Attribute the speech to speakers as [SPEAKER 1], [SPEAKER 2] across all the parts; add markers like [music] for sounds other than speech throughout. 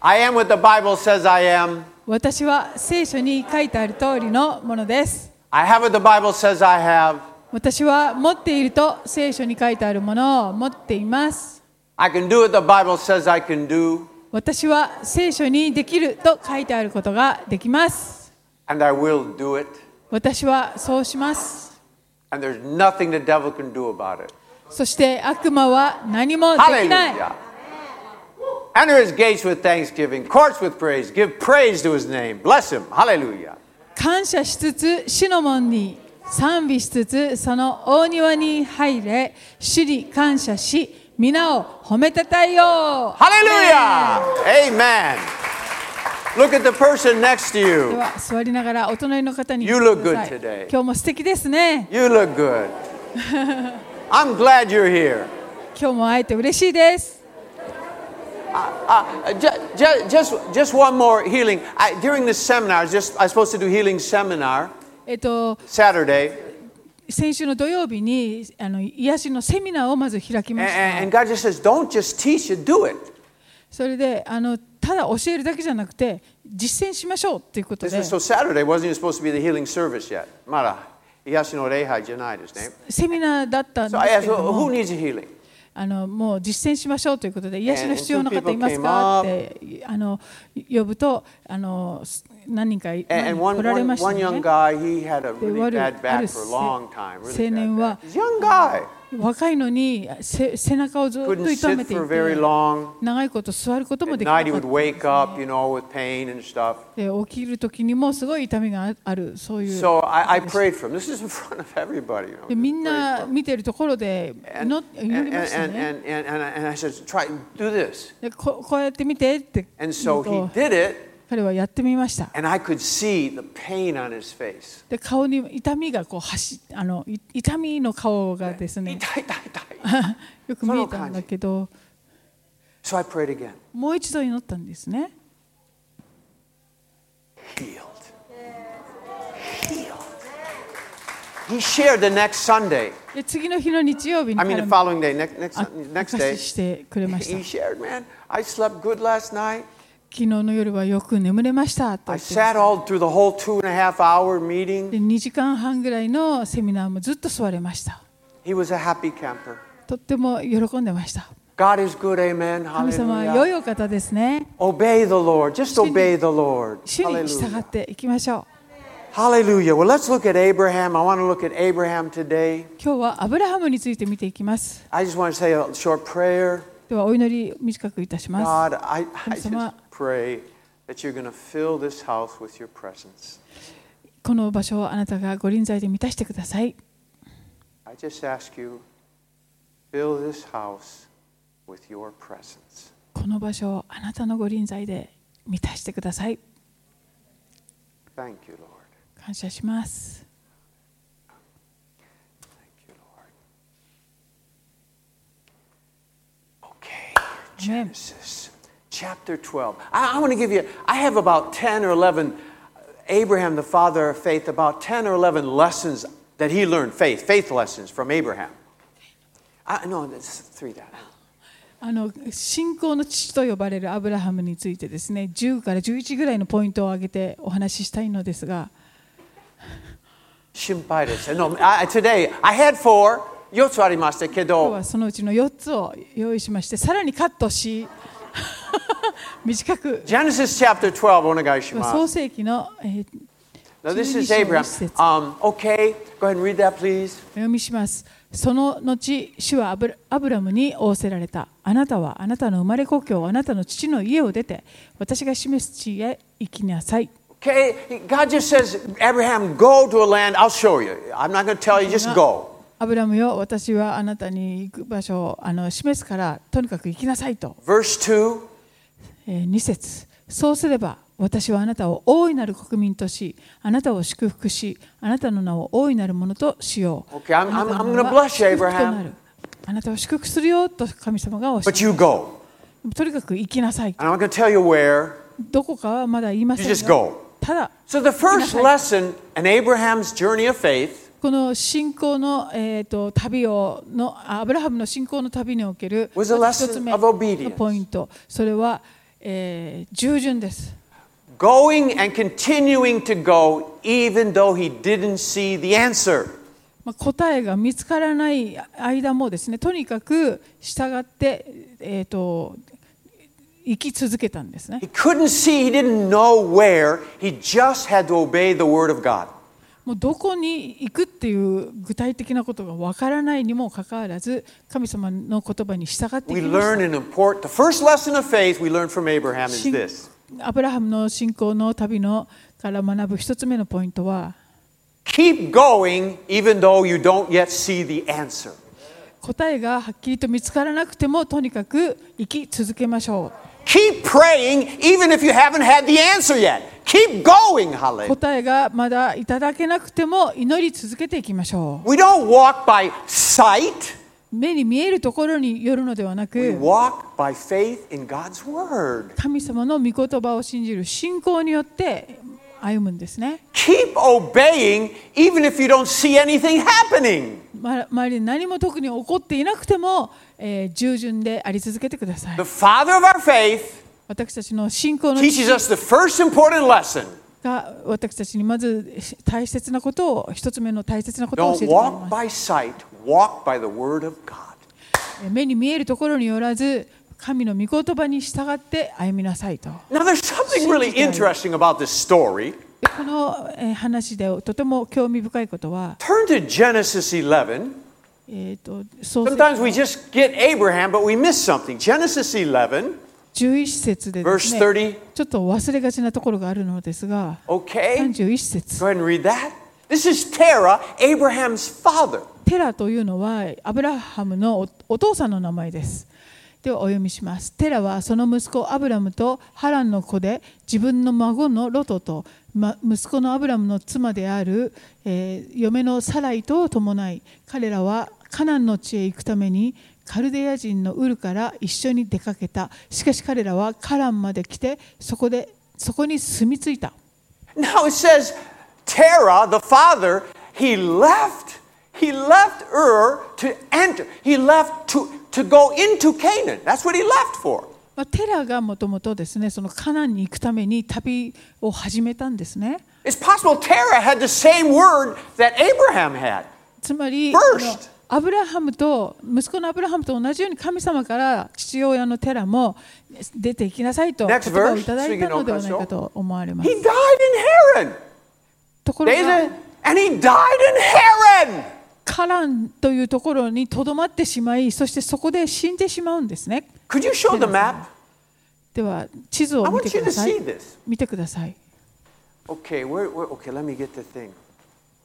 [SPEAKER 1] I am what the Bible says I am.
[SPEAKER 2] 私は聖書に書いてある通りのものです。
[SPEAKER 1] I have what the Bible says I have.
[SPEAKER 2] 私は持っていると聖書に書いてあるものを持っています。
[SPEAKER 1] I can do what the Bible says I can do,
[SPEAKER 2] 私は聖書にできると書いてあることができます。
[SPEAKER 1] and I will do it.
[SPEAKER 2] 私はそうします。
[SPEAKER 1] And there's nothing the devil can do about it.
[SPEAKER 2] そして悪魔は何もできない。
[SPEAKER 1] Hallelujah. Enter his gates with thanksgiving, courts with praise. Give praise to his name. Bless him. Hallelujah.
[SPEAKER 2] 感謝しつつ主の門に賛美しつつその大庭に入れ主に感謝し皆を褒めたたえよ
[SPEAKER 1] Hallelujah.
[SPEAKER 2] う
[SPEAKER 1] Amen. Look at the person next to
[SPEAKER 2] で
[SPEAKER 1] you.
[SPEAKER 2] は座りながらお隣の方に
[SPEAKER 1] You
[SPEAKER 2] 言
[SPEAKER 1] look
[SPEAKER 2] ってください
[SPEAKER 1] good today.
[SPEAKER 2] 今日も素敵ですね
[SPEAKER 1] You look good. I'm glad you're here.
[SPEAKER 2] 今日も会えて嬉しいです
[SPEAKER 1] Uh, ju- ju- just, just one more healing. I, during the seminar, just I was supposed to do healing seminar
[SPEAKER 2] えっと
[SPEAKER 1] Saturday, and,
[SPEAKER 2] 先週の土曜日にあの癒しのセミナーをまず開きまし
[SPEAKER 1] and,
[SPEAKER 2] た
[SPEAKER 1] and God just says, don't just teach it, do it.
[SPEAKER 2] それであのただ教えるだけじゃなくて実践しましょうということ
[SPEAKER 1] This
[SPEAKER 2] で
[SPEAKER 1] was, so Saturday wasn't even supposed to be the healing service yet. Mara, hiyashino reihai janai desu ne.
[SPEAKER 2] セミナーだったんで
[SPEAKER 1] So I
[SPEAKER 2] す
[SPEAKER 1] asked,
[SPEAKER 2] けれど
[SPEAKER 1] well,
[SPEAKER 2] も
[SPEAKER 1] who needs a healing?
[SPEAKER 2] あのもう実践しましょうということで癒しの必要の
[SPEAKER 1] And two
[SPEAKER 2] 方
[SPEAKER 1] people
[SPEAKER 2] いますかってあの呼ぶとあのす何人かい
[SPEAKER 1] And, and
[SPEAKER 2] 何人
[SPEAKER 1] one,
[SPEAKER 2] 来られ
[SPEAKER 1] one,
[SPEAKER 2] ました
[SPEAKER 1] one
[SPEAKER 2] ね
[SPEAKER 1] young guy, he had a
[SPEAKER 2] で
[SPEAKER 1] really
[SPEAKER 2] 悪い
[SPEAKER 1] bad
[SPEAKER 2] あ
[SPEAKER 1] back
[SPEAKER 2] るせ
[SPEAKER 1] for a long time.
[SPEAKER 2] 青
[SPEAKER 1] Really bad
[SPEAKER 2] 年は
[SPEAKER 1] back. He's a young guy.
[SPEAKER 2] Oh, 若いのにせ背中をずっと
[SPEAKER 1] Couldn't
[SPEAKER 2] 痛め
[SPEAKER 1] sit
[SPEAKER 2] てい
[SPEAKER 1] for very
[SPEAKER 2] て
[SPEAKER 1] long.
[SPEAKER 2] 長いこと座ることも
[SPEAKER 1] At
[SPEAKER 2] できな
[SPEAKER 1] night he
[SPEAKER 2] かっ
[SPEAKER 1] would
[SPEAKER 2] た
[SPEAKER 1] wake up, you know, with pain and stuff.
[SPEAKER 2] で起きる時にもすごい痛みがああるそういう
[SPEAKER 1] So I, I prayed for him. This is in [laughs] front of everybody. You know,
[SPEAKER 2] で
[SPEAKER 1] just
[SPEAKER 2] み
[SPEAKER 1] prayed for
[SPEAKER 2] んな
[SPEAKER 1] him.
[SPEAKER 2] 見てるところで
[SPEAKER 1] And,
[SPEAKER 2] 祈
[SPEAKER 1] and,
[SPEAKER 2] 祈り
[SPEAKER 1] and,
[SPEAKER 2] ました
[SPEAKER 1] and,
[SPEAKER 2] ね
[SPEAKER 1] and, and, and, I- and I said, try, do this.
[SPEAKER 2] でここうやって見てって
[SPEAKER 1] And
[SPEAKER 2] 言う
[SPEAKER 1] so he
[SPEAKER 2] と
[SPEAKER 1] did it,
[SPEAKER 2] 彼はやってみました
[SPEAKER 1] and I could see the pain on his face.
[SPEAKER 2] で顔に痛みがこう走あのい痛みの顔がですね
[SPEAKER 1] Itai, itai, itai.
[SPEAKER 2] [laughs] よく見えたんだけど
[SPEAKER 1] So I prayed again.
[SPEAKER 2] もう一度祈ったんですね
[SPEAKER 1] Healed. Healed. He shared the next Sunday.
[SPEAKER 2] で次の日の日曜日に
[SPEAKER 1] I mean,
[SPEAKER 2] 彼
[SPEAKER 1] the
[SPEAKER 2] も
[SPEAKER 1] following day, next, next,
[SPEAKER 2] あ
[SPEAKER 1] next
[SPEAKER 2] 明か
[SPEAKER 1] day.
[SPEAKER 2] ししてくれまし
[SPEAKER 1] He
[SPEAKER 2] た昨
[SPEAKER 1] shared, man, I slept good last night.
[SPEAKER 2] 日の夜はよく眠れましたと
[SPEAKER 1] I
[SPEAKER 2] 言ってま
[SPEAKER 1] sat
[SPEAKER 2] した
[SPEAKER 1] all through the whole two and a half hour meeting.
[SPEAKER 2] で2時間半ぐらいのセミナーもずっと座れました
[SPEAKER 1] He was a happy camper.
[SPEAKER 2] とっても喜んでました
[SPEAKER 1] God is good, amen.
[SPEAKER 2] 神様は良
[SPEAKER 1] Hallelujah.
[SPEAKER 2] いお方ですね
[SPEAKER 1] Obey the Lord. Just
[SPEAKER 2] Shouldn't-
[SPEAKER 1] obey the Lord.
[SPEAKER 2] 主に従
[SPEAKER 1] Hallelujah.
[SPEAKER 2] っていきましょ
[SPEAKER 1] Hallelujah. Well, let's look at Abraham. I want to look at Abraham today.
[SPEAKER 2] う今日はアブラハムについて見ていきます
[SPEAKER 1] I just want to say a short prayer.
[SPEAKER 2] ではお祈り短くいたします
[SPEAKER 1] God, I, I just
[SPEAKER 2] Sama.
[SPEAKER 1] pray that you're going to fill this house with your presence.
[SPEAKER 2] この場所をあなたがご臨在で満たしてください。
[SPEAKER 1] I just ask you, fill this house with your presence.
[SPEAKER 2] この場所をあなたのご臨在で満たしてください。
[SPEAKER 1] Thank you, Lord.
[SPEAKER 2] 感謝します。
[SPEAKER 1] Thank you, Lord. Okay,
[SPEAKER 2] Amen.
[SPEAKER 1] Genesis chapter 12. I, I want to give you, I have about 10 or 11, uh, Abraham, the father of faith, about 10 or 11 lessons that he learned faith, faith lessons from Abraham. I, no, that's three that.
[SPEAKER 2] あの信仰の父と呼ばれるアブラハムについてですね、10から11ぐらいのポイントを挙げてお話ししたいのですが、
[SPEAKER 1] 心配です。No, I, I- today, I had four.
[SPEAKER 2] 今
[SPEAKER 1] 4
[SPEAKER 2] 日
[SPEAKER 1] つありましたけど、
[SPEAKER 2] はそのうちの4つを用意しまして、さらにカットし、 [laughs] 短く、
[SPEAKER 1] Genesis chapter 12お願いします。
[SPEAKER 2] 創世紀の、えー
[SPEAKER 1] Now this is
[SPEAKER 2] 12
[SPEAKER 1] Abraham.
[SPEAKER 2] 節
[SPEAKER 1] Um, okay, go ahead and read that, please.
[SPEAKER 2] お読みします。その後、主はアブラアブラムに仰せられた。あなたはあなたの生まれ故郷、あなたの父の家を出て、私が示す地へ行きなさい。
[SPEAKER 1] Okay, God just says, Abraham, go to a land. I'll show you. I'm not going to tell you. Just go.
[SPEAKER 2] アブラムよ、私はあなたに行く場所をあの示すから、とにかく行きなさいと。
[SPEAKER 1] Verse two.
[SPEAKER 2] え2節そうすれば、私はあなたを大いなる国民とし、あなたを祝福し、あなたの名を大いなるものとしよう。
[SPEAKER 1] Okay, I'm- I'm-
[SPEAKER 2] あなたの
[SPEAKER 1] I'm
[SPEAKER 2] 名
[SPEAKER 1] gonna
[SPEAKER 2] は
[SPEAKER 1] bless
[SPEAKER 2] 祝福と
[SPEAKER 1] Abraham.
[SPEAKER 2] なるあなたを祝福するよと神様がおっしゃ
[SPEAKER 1] But you go.
[SPEAKER 2] とにかく行きなさいと
[SPEAKER 1] And I'm not going to tell you where.
[SPEAKER 2] どこかはまだ言いません
[SPEAKER 1] You just go.
[SPEAKER 2] ただ、
[SPEAKER 1] So the first lesson in Abraham's journey of faith
[SPEAKER 2] この信仰の、えー、と旅をの、あアブラハムの信仰の旅における
[SPEAKER 1] Was a lesson
[SPEAKER 2] 一つ目
[SPEAKER 1] of obedience.
[SPEAKER 2] のポイント、それは、えー従順です。
[SPEAKER 1] Going and continuing to go, even though he didn't see the answer.
[SPEAKER 2] まあ、答えが見つからない間もですねとにかく従って、えー、と生き続けたんですね
[SPEAKER 1] He couldn't see, he didn't know where, he just had to obey the word of God.
[SPEAKER 2] もうどこに行くっていう具体的なことがわからないにもかかわらず神様の言葉に従ってい
[SPEAKER 1] We
[SPEAKER 2] きま
[SPEAKER 1] learn
[SPEAKER 2] し
[SPEAKER 1] an important, the first lesson of faith we learn from Abraham
[SPEAKER 2] た
[SPEAKER 1] is
[SPEAKER 2] 信
[SPEAKER 1] this
[SPEAKER 2] アブラハムの信仰の旅のから学ぶ一つ目のポイントは
[SPEAKER 1] keep going even though you don't yet see the answer.
[SPEAKER 2] 答えがはっきりと見つからなくてもとにかく生き続けましょ
[SPEAKER 1] Keep praying even if you haven't had the answer yet. Keep going,
[SPEAKER 2] う
[SPEAKER 1] hallelujah.
[SPEAKER 2] 答えがまだいただけなくても祈り続けていきましょう
[SPEAKER 1] We don't walk by sight,
[SPEAKER 2] 目に見えるところによるのではな
[SPEAKER 1] we
[SPEAKER 2] く
[SPEAKER 1] walk by faith in God's word.
[SPEAKER 2] 神様の御言葉を信じる信仰によって歩むんですね、
[SPEAKER 1] Keep obeying even if you don't see anything happening.
[SPEAKER 2] ま、周りで何も特に起こっていなくても、えー従順であり続けてください
[SPEAKER 1] The father of our faith
[SPEAKER 2] 私たちの信仰の
[SPEAKER 1] teaches
[SPEAKER 2] 父
[SPEAKER 1] us the first important lesson
[SPEAKER 2] が私たちにまず大切なことを一つ目の大切なことを
[SPEAKER 1] don't
[SPEAKER 2] 教えてくれま
[SPEAKER 1] walk
[SPEAKER 2] す
[SPEAKER 1] by sight, walk by the word of God.
[SPEAKER 2] えー目に見えるところによらず神の御言葉に従って歩みなさいと
[SPEAKER 1] Now, there's something really interesting about this story.
[SPEAKER 2] でこのえー話でとても興味深いことは、
[SPEAKER 1] Turn to Genesis 11.
[SPEAKER 2] えー、と創世記
[SPEAKER 1] Sometimes we just get Abraham, but we miss something. Genesis 11,
[SPEAKER 2] 11節でです、
[SPEAKER 1] Verse 30
[SPEAKER 2] ね、ちょっと忘れがちなところがあるのですが、
[SPEAKER 1] okay?
[SPEAKER 2] 31
[SPEAKER 1] Go
[SPEAKER 2] 節
[SPEAKER 1] ahead and read that. This is Terah, Abraham's father.
[SPEAKER 2] テラというのはアブラハムのおお父さんの名前です。ではお読みします。テラはその息子アブラムとハランの子で自分の孫のロトと、ま息子のアブラムの妻である、えー嫁のサライと伴い彼らはカナンの地へ行くためにカルデア人のウルから一緒に出かけたしかし彼らはカランまで来てそこでそこに住み着いた。
[SPEAKER 1] Now it says Terah, the father, he left. He left Ur to enter. He left to, to go into Canaan. That's what he left for.
[SPEAKER 2] まあ、テラがもともとですねそのカナンに行くために旅を始めたんですね
[SPEAKER 1] It's possible Terah had the same word that Abraham had.
[SPEAKER 2] つまり
[SPEAKER 1] First
[SPEAKER 2] あのアブラハムと息子のアブラハムと同じように神様から父親のテラも出て行きなさいと言
[SPEAKER 1] Next
[SPEAKER 2] 葉を
[SPEAKER 1] verse,
[SPEAKER 2] いただいたのではないかと思われます
[SPEAKER 1] He died in Haran.
[SPEAKER 2] ところ
[SPEAKER 1] There's
[SPEAKER 2] が
[SPEAKER 1] a- and he died in Haran.
[SPEAKER 2] カランというところにとどまってしまいそしてそこで死んでしまうんですね
[SPEAKER 1] Could you show the map?
[SPEAKER 2] では地図を見てくださ
[SPEAKER 1] I want
[SPEAKER 2] い
[SPEAKER 1] you to see this.
[SPEAKER 2] 見てください
[SPEAKER 1] Okay, where, where, okay, let me get the thing.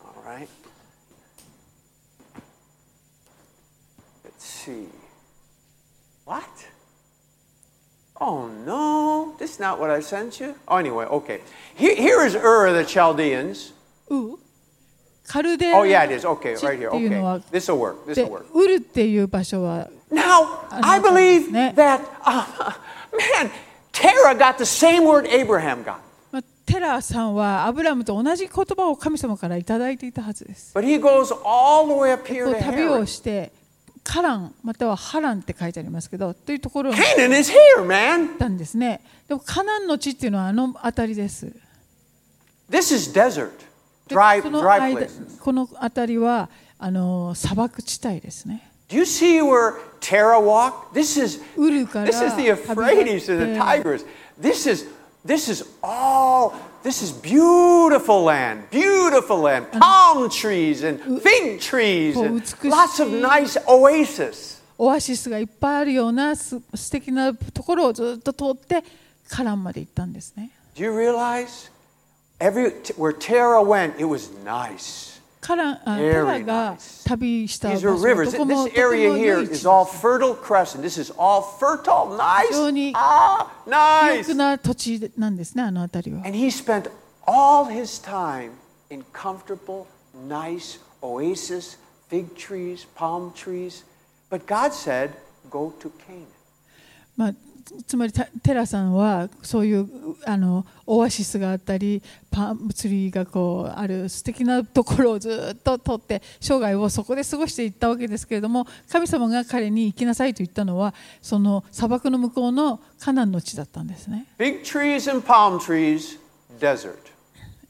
[SPEAKER 1] All right. Let's see. What? Oh no, this is not what I sent you. Oh, anyway, okay. Here, here is Ur of the Chaldeans.
[SPEAKER 2] ウーカルデア
[SPEAKER 1] Oh, yeah,
[SPEAKER 2] の
[SPEAKER 1] it is. Okay,
[SPEAKER 2] 地っ
[SPEAKER 1] right
[SPEAKER 2] て
[SPEAKER 1] here.
[SPEAKER 2] いうのは
[SPEAKER 1] Okay. This will work. This
[SPEAKER 2] で
[SPEAKER 1] will work.
[SPEAKER 2] ウルっていう場所は
[SPEAKER 1] Now, I
[SPEAKER 2] Another
[SPEAKER 1] believe
[SPEAKER 2] net.
[SPEAKER 1] that, uh, man, Terah got the same word Abraham got.
[SPEAKER 2] まあ、テラさんはアブラムと同じ言葉を神様からいただいていたはずです。
[SPEAKER 1] But he goes all the way up here
[SPEAKER 2] こう
[SPEAKER 1] to
[SPEAKER 2] 旅
[SPEAKER 1] Haran.
[SPEAKER 2] をしてカランまたはハランって書いてありますけどというところに行
[SPEAKER 1] Canaan is here, man.
[SPEAKER 2] ったんですね。でもカナンの地っていうのはあの辺りです。
[SPEAKER 1] This is desert.
[SPEAKER 2] で
[SPEAKER 1] Dry,
[SPEAKER 2] この
[SPEAKER 1] dry
[SPEAKER 2] 間
[SPEAKER 1] places.
[SPEAKER 2] この辺りはあの砂漠地帯ですね。
[SPEAKER 1] Do you see where Terah walked? This is
[SPEAKER 2] ウルから
[SPEAKER 1] this is the
[SPEAKER 2] 旅
[SPEAKER 1] Euphrates
[SPEAKER 2] 立っ
[SPEAKER 1] and the
[SPEAKER 2] て
[SPEAKER 1] Tigris. This is this is all this is beautiful land, beautiful land, palm trees and fig trees and
[SPEAKER 2] こう美しい
[SPEAKER 1] lots of nice oasis.
[SPEAKER 2] オアシスがいっぱいあるようなす素敵なところをずっと通ってカランまで行ったんですね。
[SPEAKER 1] Do you realize every where Terah went, it was nice.
[SPEAKER 2] カランあ
[SPEAKER 1] Very
[SPEAKER 2] テラが
[SPEAKER 1] nice.
[SPEAKER 2] 旅した場
[SPEAKER 1] These are
[SPEAKER 2] 所
[SPEAKER 1] rivers.
[SPEAKER 2] どこも
[SPEAKER 1] This
[SPEAKER 2] とても
[SPEAKER 1] area
[SPEAKER 2] 良
[SPEAKER 1] here
[SPEAKER 2] い地
[SPEAKER 1] is all fertile crescent. This is all fertile. Nice.
[SPEAKER 2] 非常に
[SPEAKER 1] Ah,
[SPEAKER 2] 肥
[SPEAKER 1] nice.
[SPEAKER 2] 沃な土地なんですねあの辺りは
[SPEAKER 1] And he spent all his time in comfortable, nice oasis, fig trees, palm trees. But God said, go to Canaan.
[SPEAKER 2] まあつつまりたテラさんはそういううあのオアシスがあったりパンツリーがこうある素敵なところをずっと取って生涯をそこで過ごしていったわけですけれども神様が彼に行きなさいと言ったのはその砂漠の向こうのカナンの地だったんですね、
[SPEAKER 1] Big trees and palm trees, desert.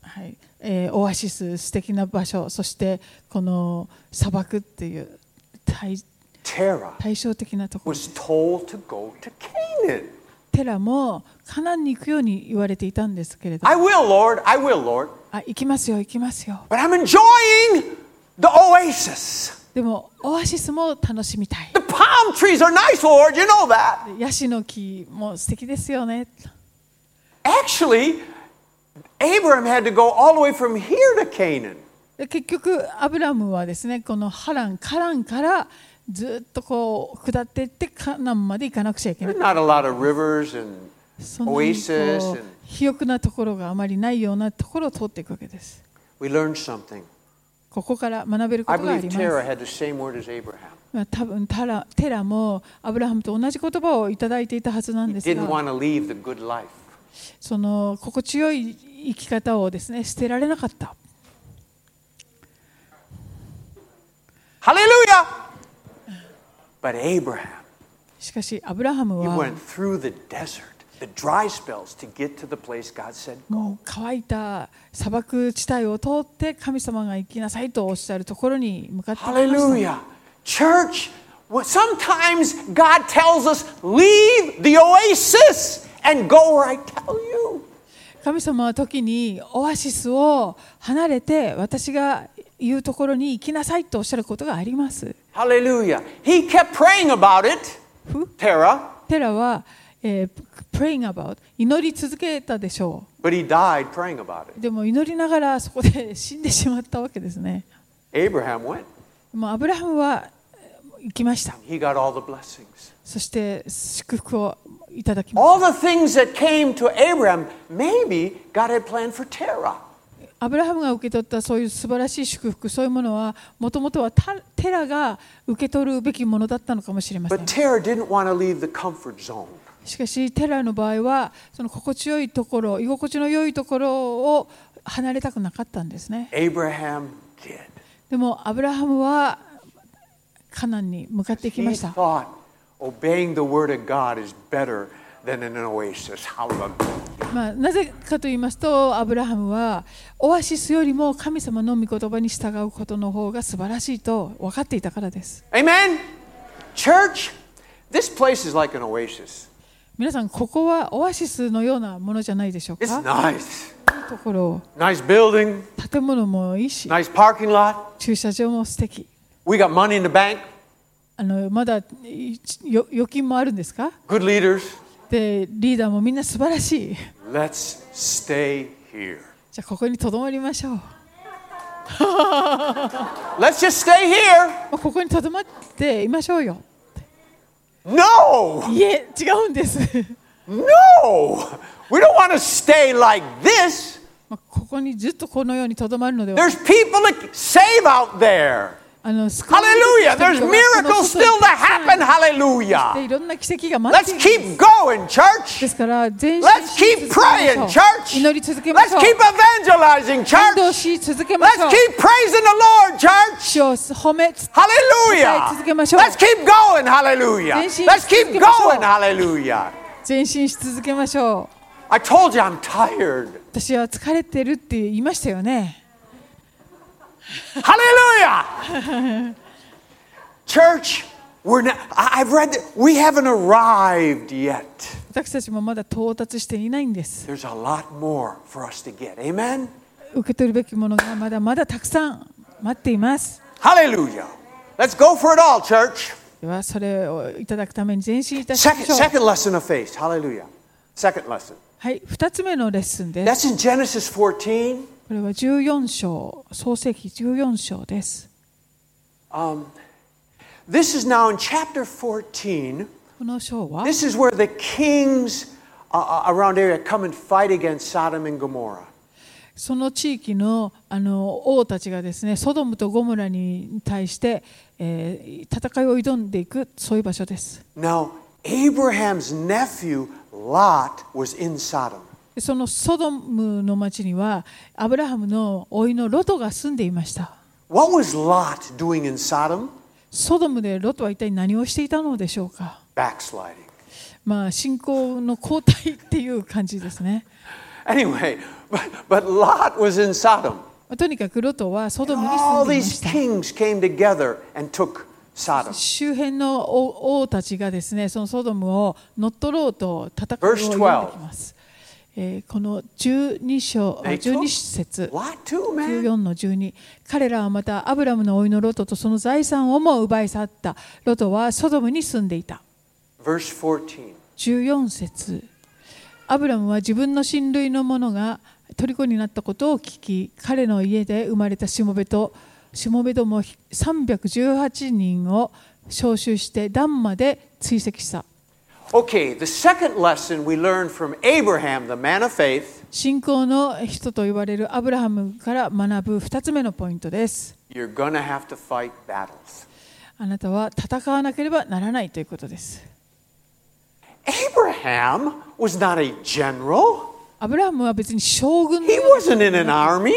[SPEAKER 2] はいえーオアシス素敵な場所そしてこの砂漠っていう対
[SPEAKER 1] Terah
[SPEAKER 2] 対照的なところ
[SPEAKER 1] was told to go to Canaan.
[SPEAKER 2] テラもカナンに行くように言われていたんですけれど
[SPEAKER 1] I will, Lord. I will, Lord.
[SPEAKER 2] あ行きますよ行きますよ
[SPEAKER 1] But I'm enjoying the oasis.
[SPEAKER 2] でもオアシスも楽しみたい
[SPEAKER 1] The palm trees are nice, Lord. You know that.
[SPEAKER 2] ヤシの木も素敵ですよね
[SPEAKER 1] Actually, Abraham had to go all the way from here to Canaan.
[SPEAKER 2] で結局アブラムはですねこのハランカランからずっとこう下っていってカナンまで行かなくちゃいけない
[SPEAKER 1] There's not a lot of rivers and
[SPEAKER 2] そんなにこ
[SPEAKER 1] Oasis and-
[SPEAKER 2] う肥沃なところがあまりないようなところを通っていくわけです
[SPEAKER 1] we learned something.
[SPEAKER 2] ここから学べるこ
[SPEAKER 1] I
[SPEAKER 2] とがあ
[SPEAKER 1] believe
[SPEAKER 2] ります
[SPEAKER 1] Terah had the same word as Abraham.
[SPEAKER 2] まあ多分タラテラもアブラハムと同じ言葉をいただいていたはずなん
[SPEAKER 1] He
[SPEAKER 2] ですが
[SPEAKER 1] didn't want to leave the good life.
[SPEAKER 2] その心地よい生き方をですね捨てられなかった
[SPEAKER 1] Hallelujah! But Abraham,
[SPEAKER 2] しかしアブラハム
[SPEAKER 1] he
[SPEAKER 2] は
[SPEAKER 1] went through the desert, the dry spells, to get to the place God said go.
[SPEAKER 2] もう乾いた砂漠地帯を通って神様が行きなさいとおっしゃるところに向かっていきました
[SPEAKER 1] Hallelujah! Church, what- sometimes God tells us, leave the oasis and go where I tell you.
[SPEAKER 2] 神様は時にオアシスを離れて私が言うところに行きなさいとおっしゃることがあります。
[SPEAKER 1] Hallelujah. He kept praying about it,
[SPEAKER 2] Who?
[SPEAKER 1] Terah,
[SPEAKER 2] テラは、えー praying about 祈り続けたでしょ
[SPEAKER 1] but he died praying about it.
[SPEAKER 2] う。でも祈りながらそこで死んでしまったわけですね。
[SPEAKER 1] Abraham went.
[SPEAKER 2] もうアブラハムはえー行きました。
[SPEAKER 1] He got all the blessings.
[SPEAKER 2] そして祝福をいただきまし
[SPEAKER 1] All the things that came to Abraham, maybe God had planned for Terah.
[SPEAKER 2] アブラハムが受け取ったそういう素晴らしい祝福、そういうものは、もともとはタテラが受け取るべきものだったのかもしれません
[SPEAKER 1] But。Terah didn't want to leave the comfort zone.
[SPEAKER 2] しかし、テラの場合は、その心地よいところ、居心地の良いところを離れたくなかったんですね。
[SPEAKER 1] Abraham did.
[SPEAKER 2] でも、アブラハムはカナンに向かっていき
[SPEAKER 1] He
[SPEAKER 2] ました。
[SPEAKER 1] thought obeying the word of God is better than an oasis. Hallelujah.
[SPEAKER 2] まあ、なぜかと言いますと、アブラハムはオアシスよりも神様の御言葉に従うことの方が素晴らしいと分かっていたからです。
[SPEAKER 1] Amen. Church, this place is like an oasis.
[SPEAKER 2] 皆さん、ここはオアシスのようなものじゃないでしょう
[SPEAKER 1] It's
[SPEAKER 2] か
[SPEAKER 1] nice.
[SPEAKER 2] ところ
[SPEAKER 1] Nice building,
[SPEAKER 2] 建物もいいし
[SPEAKER 1] nice parking lot.
[SPEAKER 2] 駐車場も素敵
[SPEAKER 1] We got money in the bank,
[SPEAKER 2] あのまだいよ預金もあるんですか
[SPEAKER 1] good leaders.
[SPEAKER 2] でリーダーもみんな素晴らしい
[SPEAKER 1] Let's stay here.
[SPEAKER 2] じゃあここにとどまりましょう
[SPEAKER 1] Let's just stay here.
[SPEAKER 2] ここにとどまっていましょうよ
[SPEAKER 1] No,
[SPEAKER 2] いえ違うんです [laughs]
[SPEAKER 1] no. We don't want to stay like this.
[SPEAKER 2] まあここにずっとこのようにとどまるのでは
[SPEAKER 1] There's people to save out there.
[SPEAKER 2] あの救われる
[SPEAKER 1] Hallelujah.
[SPEAKER 2] 人
[SPEAKER 1] There's
[SPEAKER 2] 々がこの
[SPEAKER 1] miracles
[SPEAKER 2] 外
[SPEAKER 1] still
[SPEAKER 2] に
[SPEAKER 1] to
[SPEAKER 2] た
[SPEAKER 1] happen.
[SPEAKER 2] くさんで
[SPEAKER 1] Hallelujah.
[SPEAKER 2] いろんな奇跡が待
[SPEAKER 1] Let's
[SPEAKER 2] っている
[SPEAKER 1] keep going,
[SPEAKER 2] で
[SPEAKER 1] church.
[SPEAKER 2] すから全身
[SPEAKER 1] Let's keep
[SPEAKER 2] し
[SPEAKER 1] praying,
[SPEAKER 2] ましょう
[SPEAKER 1] church.
[SPEAKER 2] 祈り続けまし
[SPEAKER 1] Let's
[SPEAKER 2] ょう
[SPEAKER 1] keep evangelizing,
[SPEAKER 2] 感動
[SPEAKER 1] church.
[SPEAKER 2] し続けましょう
[SPEAKER 1] Let's keep praising the Lord, church.
[SPEAKER 2] 主を褒め
[SPEAKER 1] Hallelujah.
[SPEAKER 2] 伝え続けましょう。
[SPEAKER 1] Let's keep going, hallelujah.
[SPEAKER 2] 前進し続けましょう。
[SPEAKER 1] Let's keep going, hallelujah.
[SPEAKER 2] 前進し続けましょう
[SPEAKER 1] I told you I'm tired.
[SPEAKER 2] 私は疲れてるって言いましたよね
[SPEAKER 1] Hallelujah! Church, we're not, I- I've read that we haven't arrived yet.
[SPEAKER 2] 私たちもまだ到達していないんです
[SPEAKER 1] There's a lot more for us to get. Amen?
[SPEAKER 2] 受け取るべきものがまだまだたくさん待っています
[SPEAKER 1] Hallelujah. Let's go for it all, church.
[SPEAKER 2] ではそれをいただくために前進いたしま
[SPEAKER 1] Second,
[SPEAKER 2] しょう
[SPEAKER 1] second lesson of faith. Hallelujah. Second lesson.
[SPEAKER 2] はい2つ目のレッスンです
[SPEAKER 1] That's in Genesis 14.
[SPEAKER 2] これは14章創世記14章です
[SPEAKER 1] Um, this is now in chapter 14.
[SPEAKER 2] この章は
[SPEAKER 1] This is where the kings uh, uh, around area come and fight against Sodom and Gomorrah.
[SPEAKER 2] その地域のあの王たちがですねソドムとゴムラに対して、えー戦いを挑んでいくそういう場所です
[SPEAKER 1] Now, Abraham's nephew Lot was in Sodom.
[SPEAKER 2] そのソドムの町にはアブラハムの甥いのロトが住んでいました
[SPEAKER 1] What was Lot doing in Sodom?
[SPEAKER 2] ソドムでロトは一体何をしていたのでしょうか
[SPEAKER 1] Backsliding.
[SPEAKER 2] まあ信仰の後退っていう感じですね
[SPEAKER 1] Anyway, [laughs] but, but Lot was in Sodom.
[SPEAKER 2] とにかくロトはソドムに住
[SPEAKER 1] All
[SPEAKER 2] んでいま
[SPEAKER 1] these
[SPEAKER 2] した
[SPEAKER 1] kings came together and took Sodom.
[SPEAKER 2] 周辺の王王たちがですねそのソドムを乗っ取ろうと戦いを
[SPEAKER 1] Verse
[SPEAKER 2] 挑んできます、えーこの12章あ
[SPEAKER 1] They took
[SPEAKER 2] 12節
[SPEAKER 1] Lot too, man.
[SPEAKER 2] 14の12彼らはまたアブラムの甥のロトとその財産をも奪い去ったロトはソドムに住んでいた
[SPEAKER 1] Verse 14.
[SPEAKER 2] 14節アブラムは自分の親類の者が虜になったことを聞き彼の家で生まれたしもべとしもべども318人を召集してダンまで追跡した
[SPEAKER 1] Okay, the second lesson we learned from Abraham, the man of faith
[SPEAKER 2] 信仰の人と言われるアブラハムから学ぶ2つ目のポイントです
[SPEAKER 1] you're going to have to fight battles.
[SPEAKER 2] あなたは戦わなければならないということです
[SPEAKER 1] Abraham was not a general,
[SPEAKER 2] アブラハムは別に将軍の
[SPEAKER 1] he
[SPEAKER 2] ような
[SPEAKER 1] wasn't in an army,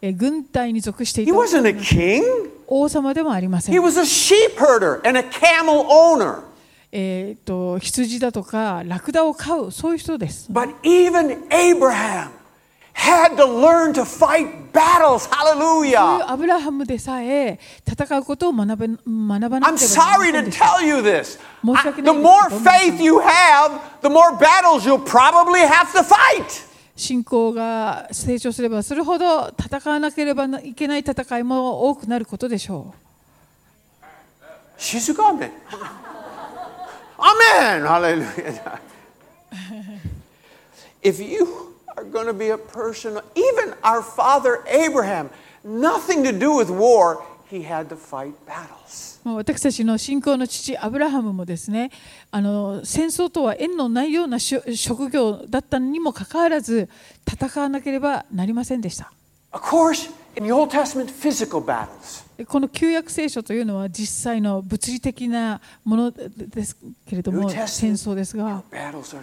[SPEAKER 2] え軍隊に属してい
[SPEAKER 1] he
[SPEAKER 2] た
[SPEAKER 1] wasn't a king,
[SPEAKER 2] 王様でもありませ
[SPEAKER 1] he
[SPEAKER 2] ん、
[SPEAKER 1] was a sheep herder and a camel owner.
[SPEAKER 2] えー、と羊だとかラクダを飼うそういう人です
[SPEAKER 1] But even Abraham had to learn to fight battles.
[SPEAKER 2] そういう
[SPEAKER 1] Hallelujah.
[SPEAKER 2] アブラハムでさえ戦うことを学べ学ばなければ
[SPEAKER 1] I'm
[SPEAKER 2] なりま
[SPEAKER 1] sorry
[SPEAKER 2] せ
[SPEAKER 1] to
[SPEAKER 2] んでした。
[SPEAKER 1] tell you this.
[SPEAKER 2] Most
[SPEAKER 1] I-
[SPEAKER 2] likely
[SPEAKER 1] the
[SPEAKER 2] not.
[SPEAKER 1] more faith you have, the more battles you'll probably have to fight.
[SPEAKER 2] 信仰が成長すればするほど戦わなければいけない戦いも多くなることでしょ
[SPEAKER 1] Shizuka, Amen. Hallelujah. if you are going to be a person, even our father Abraham, nothing to do with war, he had to fight battles.
[SPEAKER 2] う。もう私たちの信仰の父アブラハムもですねあの戦争とは縁のないようなしょ職業だったにもかかわらず戦わなければなりませんでした。
[SPEAKER 1] Of course, in the Old Testament, physical battles.
[SPEAKER 2] この旧約聖書というのは実際の物理的なものですけれど
[SPEAKER 1] New
[SPEAKER 2] も
[SPEAKER 1] Testament.
[SPEAKER 2] 戦争ですが
[SPEAKER 1] Battles are spiritual.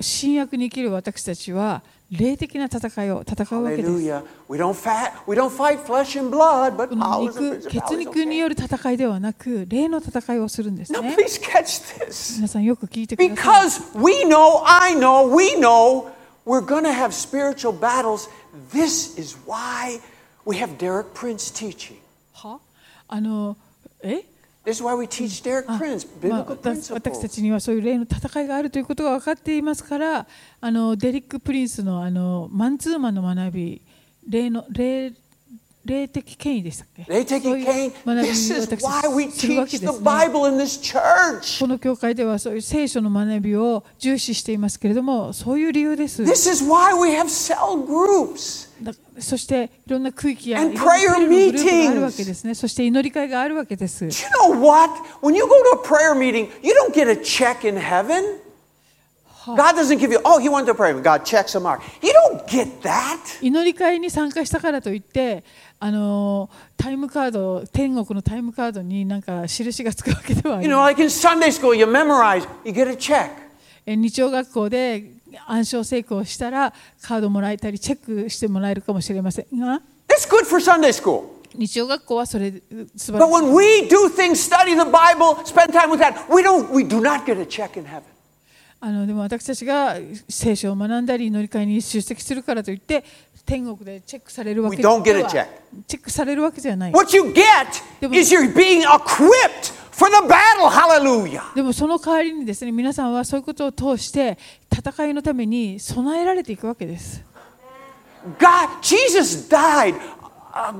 [SPEAKER 2] 新約に生きる私たちは霊的な戦いを戦うわけです。
[SPEAKER 1] Hallelujah. We don't fat, we don't fight flesh and blood, but
[SPEAKER 2] この
[SPEAKER 1] powers and
[SPEAKER 2] 肉、血
[SPEAKER 1] principalities.
[SPEAKER 2] 肉に
[SPEAKER 1] Okay.
[SPEAKER 2] よる戦いではなく、霊の戦いをするんです
[SPEAKER 1] Now
[SPEAKER 2] ね。
[SPEAKER 1] please catch this.
[SPEAKER 2] 皆さんよく聞いてください。
[SPEAKER 1] Because we know, I know, we know we're gonna have spiritual battles. This is why we have Derek Prince teaching.
[SPEAKER 2] はあの、え
[SPEAKER 1] This is why we
[SPEAKER 2] Mm.
[SPEAKER 1] teach Derek
[SPEAKER 2] あ
[SPEAKER 1] Prince
[SPEAKER 2] まあ
[SPEAKER 1] biblical
[SPEAKER 2] 私私た
[SPEAKER 1] principles.
[SPEAKER 2] ちにはそういう霊の戦いがあるということが分かっていますから、あのデリック・プリンスのあのマンツーマンの学び、霊の霊霊的権威でしたっけ
[SPEAKER 1] They take
[SPEAKER 2] そうい
[SPEAKER 1] it,
[SPEAKER 2] う
[SPEAKER 1] Cain.
[SPEAKER 2] 学び
[SPEAKER 1] This
[SPEAKER 2] を
[SPEAKER 1] is
[SPEAKER 2] 私
[SPEAKER 1] why
[SPEAKER 2] た
[SPEAKER 1] we
[SPEAKER 2] ちするわ
[SPEAKER 1] teach
[SPEAKER 2] け
[SPEAKER 1] the
[SPEAKER 2] ですね。
[SPEAKER 1] Bible in this church.
[SPEAKER 2] この教会ではそういう聖書の学びを重視していますけれども、そういう理由です。
[SPEAKER 1] This is why we have cell groups.
[SPEAKER 2] だそしていろんな区域や
[SPEAKER 1] And
[SPEAKER 2] いろんなセルのグループがあるわけですね。そして祈り会があるわけです。
[SPEAKER 1] Do you know what? When you go to a prayer meeting, you don't get a check in heaven. God doesn't give you, oh, he went to prayer meeting. God checks a mark. You don't get that.
[SPEAKER 2] 祈り会に参加したからといって、あのタイムカード、天国のタイムカードになんか印がつくわけではあ
[SPEAKER 1] You
[SPEAKER 2] り
[SPEAKER 1] know,
[SPEAKER 2] ません
[SPEAKER 1] like in Sunday school, you memorize, you get a check.
[SPEAKER 2] え日曜学校で暗証成功したらカードもらえたりチェックしてもらえるかもしれませんが、
[SPEAKER 1] That's good for Sunday school.
[SPEAKER 2] 日曜学校はそれ素晴ら
[SPEAKER 1] But
[SPEAKER 2] しい。
[SPEAKER 1] when we do things, study the Bible, spend time with God, we don't we do not get a check in heaven.
[SPEAKER 2] あのでも私たちが聖書を学んだり乗り換えに出席するからといって天国でチェックされるわけ
[SPEAKER 1] We
[SPEAKER 2] では
[SPEAKER 1] don't get a check.
[SPEAKER 2] チェックされるわけじゃない
[SPEAKER 1] What you get
[SPEAKER 2] Yeah, but-
[SPEAKER 1] is you're being equipped for the battle. Hallelujah.
[SPEAKER 2] でもその代わりにですね皆さんはそういうことを通して戦いのために備えられていくわけです
[SPEAKER 1] God, Jesus died, uh,